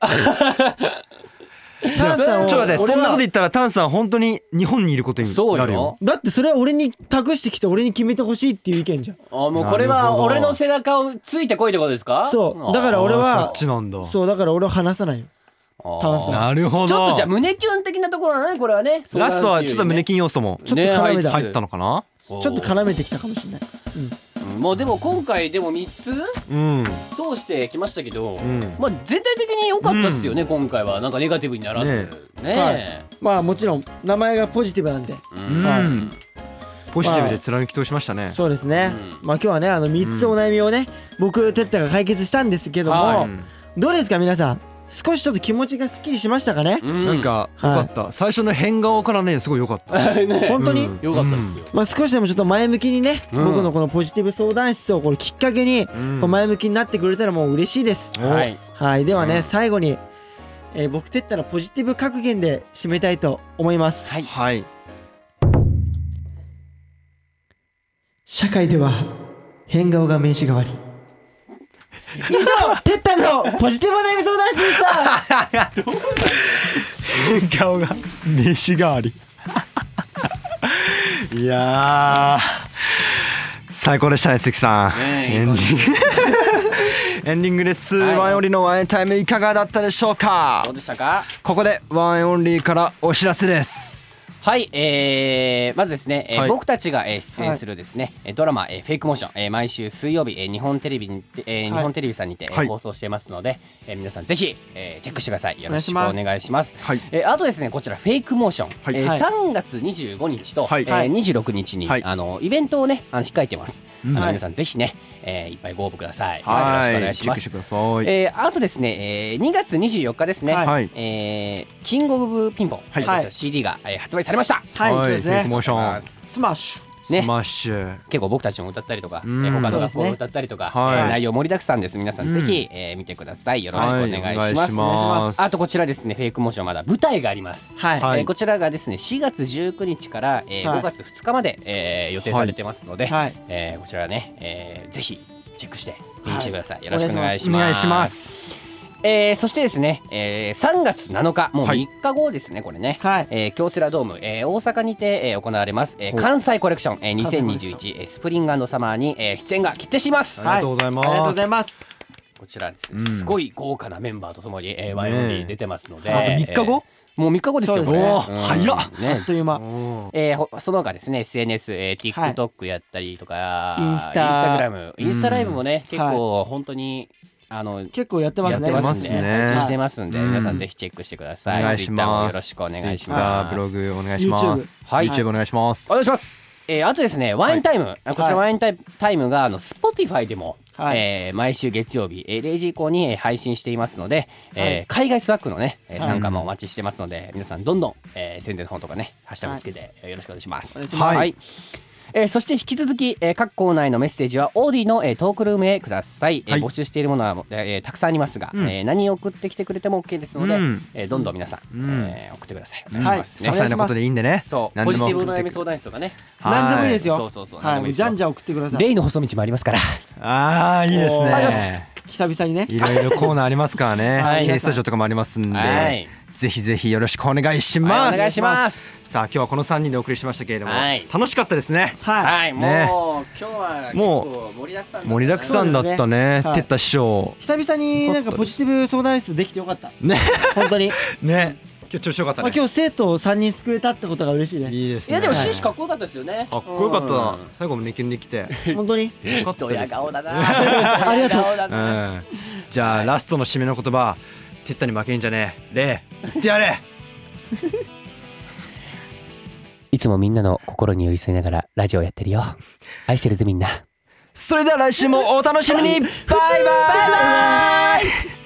Speaker 2: タンさん
Speaker 1: [LAUGHS]
Speaker 2: を
Speaker 1: ちょっと待って
Speaker 2: 俺
Speaker 1: そ
Speaker 2: は
Speaker 1: んなこと言ったらタンさん本当に日本にいることに
Speaker 3: そう
Speaker 1: なる
Speaker 3: よ
Speaker 1: よ
Speaker 2: だってそれは俺に託してきて俺に決めてほしいっていう意見じゃん
Speaker 3: あもうこれ
Speaker 1: なるほ
Speaker 3: は
Speaker 1: ど
Speaker 3: 俺の背中をついてこいってことですか
Speaker 2: そうだか
Speaker 1: あー
Speaker 2: ら俺は
Speaker 1: そっちなんだ
Speaker 2: そうだから俺は話さないよ
Speaker 3: タ
Speaker 2: 炭酸
Speaker 1: なるほど
Speaker 3: ちょっとじゃあ胸キュン的なところはねこれはね
Speaker 1: ラストはちょっと胸キ
Speaker 3: キ
Speaker 1: ュン要素も
Speaker 2: ちょっと絡めだ
Speaker 1: 入ったのかな
Speaker 3: ちょ
Speaker 2: ちょっと絡めてきたかもしれない
Speaker 3: もうでも今回でも3つ
Speaker 1: うん
Speaker 3: 通してきましたけど、
Speaker 1: うん
Speaker 3: まあ全体的に良かったっすよね、今回はなんかネガティブにならずね
Speaker 2: はいまあもちろん名前がポジティブなんで
Speaker 3: うん
Speaker 2: はい
Speaker 1: うんポジティブで貫き通しましたね
Speaker 2: そうですね、
Speaker 3: う
Speaker 2: まあ今日はねあの3つお悩みをね、僕てったが解決したんですけども、
Speaker 3: は
Speaker 2: どうですか皆さん少しちょっと気持ちがすっきりしましたかね、
Speaker 3: うん
Speaker 1: なんか良かった最初の変顔からねすごい良かった
Speaker 3: ね
Speaker 2: 本当に、
Speaker 1: うん
Speaker 3: 良かったっすよ、
Speaker 2: まあ、少しでもちょっと前向きにね、
Speaker 3: うん
Speaker 2: 僕のこのポジティブ相談室をこれきっかけに、こう前向きになってくれたらもう嬉しいです、
Speaker 3: はい
Speaker 2: はいではね、
Speaker 1: うん
Speaker 2: 最後に、えー僕てったらポジティブ格言で締めたいと思います
Speaker 3: はい
Speaker 1: はい
Speaker 2: 社会では変顔が名刺代わり以上てったのポジティブお悩み相談室でした
Speaker 1: 顔が名刺代わり [LAUGHS] いやー最高でしたね関さん、
Speaker 3: ねえ
Speaker 1: エンディング [LAUGHS] エンディングです、
Speaker 3: はい
Speaker 1: ワンオンリーのワンエンタイムいかがだったでしょうか
Speaker 3: どうでしたか
Speaker 1: ここでワンエンオンリーからお知らせです
Speaker 3: はい、えー、まずですね、えー
Speaker 1: はい
Speaker 3: 僕たちが、えー出演するですね、えードラマ、えーフェイクモーション、えー毎週水曜日、えー日本テレビにて、えー
Speaker 2: はい
Speaker 3: 日本テレビさんにて、えー
Speaker 1: はい
Speaker 3: 放送してますので、えー皆さんぜひ、えーチェックしてください。よろしく
Speaker 2: お願
Speaker 3: お
Speaker 2: いします
Speaker 3: 願いします。
Speaker 1: はい
Speaker 3: えーあとですね、こちらフェイクモーション、
Speaker 1: はい
Speaker 3: えー
Speaker 2: はい
Speaker 3: 3月25日と、
Speaker 1: はい
Speaker 3: えー26日に、
Speaker 1: はい
Speaker 3: あのイベントをね、あの控えてます。
Speaker 1: うん
Speaker 3: あの
Speaker 2: はい
Speaker 3: 皆さんぜひね、えーいっぱいご応募ください。
Speaker 1: はい
Speaker 3: よろしくお願いし
Speaker 1: チェッ
Speaker 3: ま
Speaker 1: クして
Speaker 3: す。
Speaker 1: ください、
Speaker 3: えーあとですね、えー2月24日ですね、
Speaker 1: はい
Speaker 3: えーキングオブピンポン、
Speaker 1: はい
Speaker 3: えー CD が、えー発売されました。
Speaker 2: はい、そうです
Speaker 1: フェイク
Speaker 2: ね
Speaker 1: モーション
Speaker 2: スマッシュ
Speaker 3: ね
Speaker 1: スマッシュ
Speaker 3: 結構僕たちも歌ったりとか、え
Speaker 1: うん
Speaker 3: ー他
Speaker 2: そうで
Speaker 3: の学
Speaker 2: す
Speaker 3: 校
Speaker 2: ね
Speaker 3: も歌ったりとか、
Speaker 1: はい
Speaker 3: えー内容盛りだくさんです皆さ
Speaker 1: うんん
Speaker 3: ぜひ、えー見てくださいよろしくお願いします,、
Speaker 1: はいお願いします
Speaker 3: あとこちらですねフェイクモーションまだ舞台があります
Speaker 2: はい、
Speaker 1: はい
Speaker 3: えーこちらがですね4月19日から、えー
Speaker 2: はい
Speaker 3: 5月2日まで、えー予定されてますので、
Speaker 2: はい
Speaker 3: えーこちらね、えーぜひチェックして見
Speaker 2: は
Speaker 3: に
Speaker 2: い
Speaker 3: 来てください、よろしくお願いし
Speaker 1: お
Speaker 3: ます
Speaker 1: 願いします
Speaker 3: えーそしてですね、えー3月7日もう
Speaker 1: はい
Speaker 3: 3日後ですね、これね、
Speaker 2: はい
Speaker 3: えー京セラドーム、えー大阪にて、えー行われます、えー
Speaker 1: ほう
Speaker 3: 関西コレクション、えー
Speaker 2: 関西コレクション
Speaker 3: 2021えースプリングサマーに、えー出演が決定しています、
Speaker 1: はいありがとうございます
Speaker 2: ありがとうございます
Speaker 3: こちらですね、
Speaker 1: うん
Speaker 3: すごい豪華なメンバーとともに、えー、ワイオンに出てますので、
Speaker 1: あと3日後
Speaker 3: えーもう3日後ですよ
Speaker 2: そう
Speaker 3: こ
Speaker 2: です
Speaker 3: れ
Speaker 2: ね
Speaker 3: ね
Speaker 1: おー早っ
Speaker 3: ね
Speaker 2: あっという間
Speaker 3: えーほ、その他ですね SNS、えー
Speaker 2: はい
Speaker 3: TikTok やったりとか、
Speaker 2: インスタ
Speaker 3: インスタグラムインスタライブもね、
Speaker 2: うん
Speaker 3: 結構本当に、あの
Speaker 2: 結構やってますね
Speaker 3: やって
Speaker 1: ますね
Speaker 3: 配信してますんで、
Speaker 1: うん
Speaker 3: 皆さんぜひチェックしてください。
Speaker 1: お願いします
Speaker 3: Twitter もよろしくお願いします。
Speaker 1: ブログお願いします
Speaker 3: はい
Speaker 1: YouTube お願いします
Speaker 3: お願いします。えー、あとですね、ワインタイム、あこちらワインタイタイムがあの Spotify でも、
Speaker 2: はい
Speaker 3: えー毎週月曜日、えー、0時以降にえー配信していますので、えー海外スワックのね、えー
Speaker 2: はい
Speaker 3: 参加もお待ちしてますので、皆さんどんどん、えー宣伝の方とかね、ハッシュタグつけてえーよろしくお願いします。
Speaker 2: お願いし
Speaker 1: ますはい
Speaker 3: えーそして引き続き、えー各校内のメッセージはオーディの、えートークルームへください、えー
Speaker 1: はい
Speaker 3: 募集しているものは、えーたくさんありますが、
Speaker 1: うん
Speaker 3: えー何を送ってきてくれても OK ですので、
Speaker 1: うん
Speaker 3: えーどんどん皆さん、
Speaker 1: うん
Speaker 3: えー送ってください。お
Speaker 1: う
Speaker 3: 願
Speaker 1: ん
Speaker 3: いします、
Speaker 1: 些細なことでいいんでね
Speaker 3: そう、
Speaker 1: 何
Speaker 3: ポ
Speaker 1: で
Speaker 3: ジ
Speaker 1: も
Speaker 3: ティブお悩み相談室とかね。
Speaker 1: はい
Speaker 2: 何でもいいですよ
Speaker 3: そうそうそう
Speaker 2: は
Speaker 3: 何でもいい
Speaker 2: い
Speaker 3: ですよ
Speaker 2: じゃんじゃん送ってください
Speaker 3: レイの細道もありますから。
Speaker 1: ああいいです
Speaker 2: おーありがとうござい
Speaker 1: ね
Speaker 2: 久々にね
Speaker 1: いろいろコーナーありますからね、
Speaker 3: [LAUGHS] はい
Speaker 1: ケーススタジオとかもありますんで、
Speaker 3: はい
Speaker 1: ぜひぜひよろしくお願いします、
Speaker 3: はいお願いします
Speaker 1: さあ今日はこの3人でお送りしましたけれども、
Speaker 3: はい
Speaker 1: 楽しかったですね
Speaker 2: はい
Speaker 3: はい、もう、
Speaker 1: ね
Speaker 3: 今日は。
Speaker 1: も
Speaker 3: う、盛りだくさんだったな。
Speaker 1: 盛りだくさんだったね、
Speaker 2: そうですねはい
Speaker 1: てった師匠
Speaker 2: 久々になんかポジティブ相談室できてよかった
Speaker 1: ね
Speaker 2: 本当に、
Speaker 1: ね今日調子よかった
Speaker 2: まあ、
Speaker 1: ね、
Speaker 2: 今日生徒を3人救えたってことが嬉しいね
Speaker 1: いいです
Speaker 3: い
Speaker 1: ね
Speaker 3: や、でも、
Speaker 1: か
Speaker 3: 終始かっこよかったですよ
Speaker 1: っ
Speaker 3: ね。
Speaker 1: こよかったな、
Speaker 3: うん
Speaker 1: 最後もネキュンできて
Speaker 2: 本当に
Speaker 1: よかった
Speaker 3: ド
Speaker 1: で
Speaker 3: ヤ
Speaker 1: す
Speaker 3: 顔だ
Speaker 1: [LAUGHS]
Speaker 3: な。
Speaker 2: ありがとう
Speaker 3: ドヤ顔だ
Speaker 1: う
Speaker 3: なん
Speaker 1: じゃあ、ラストの締めの言葉てったに負けんじゃねえレイ言ってやれ
Speaker 3: いつもみんなの心に寄り添いながら、ラジオやってるよ。愛してるぜ、みんな。
Speaker 1: それでは来週もお楽しみにバイバイ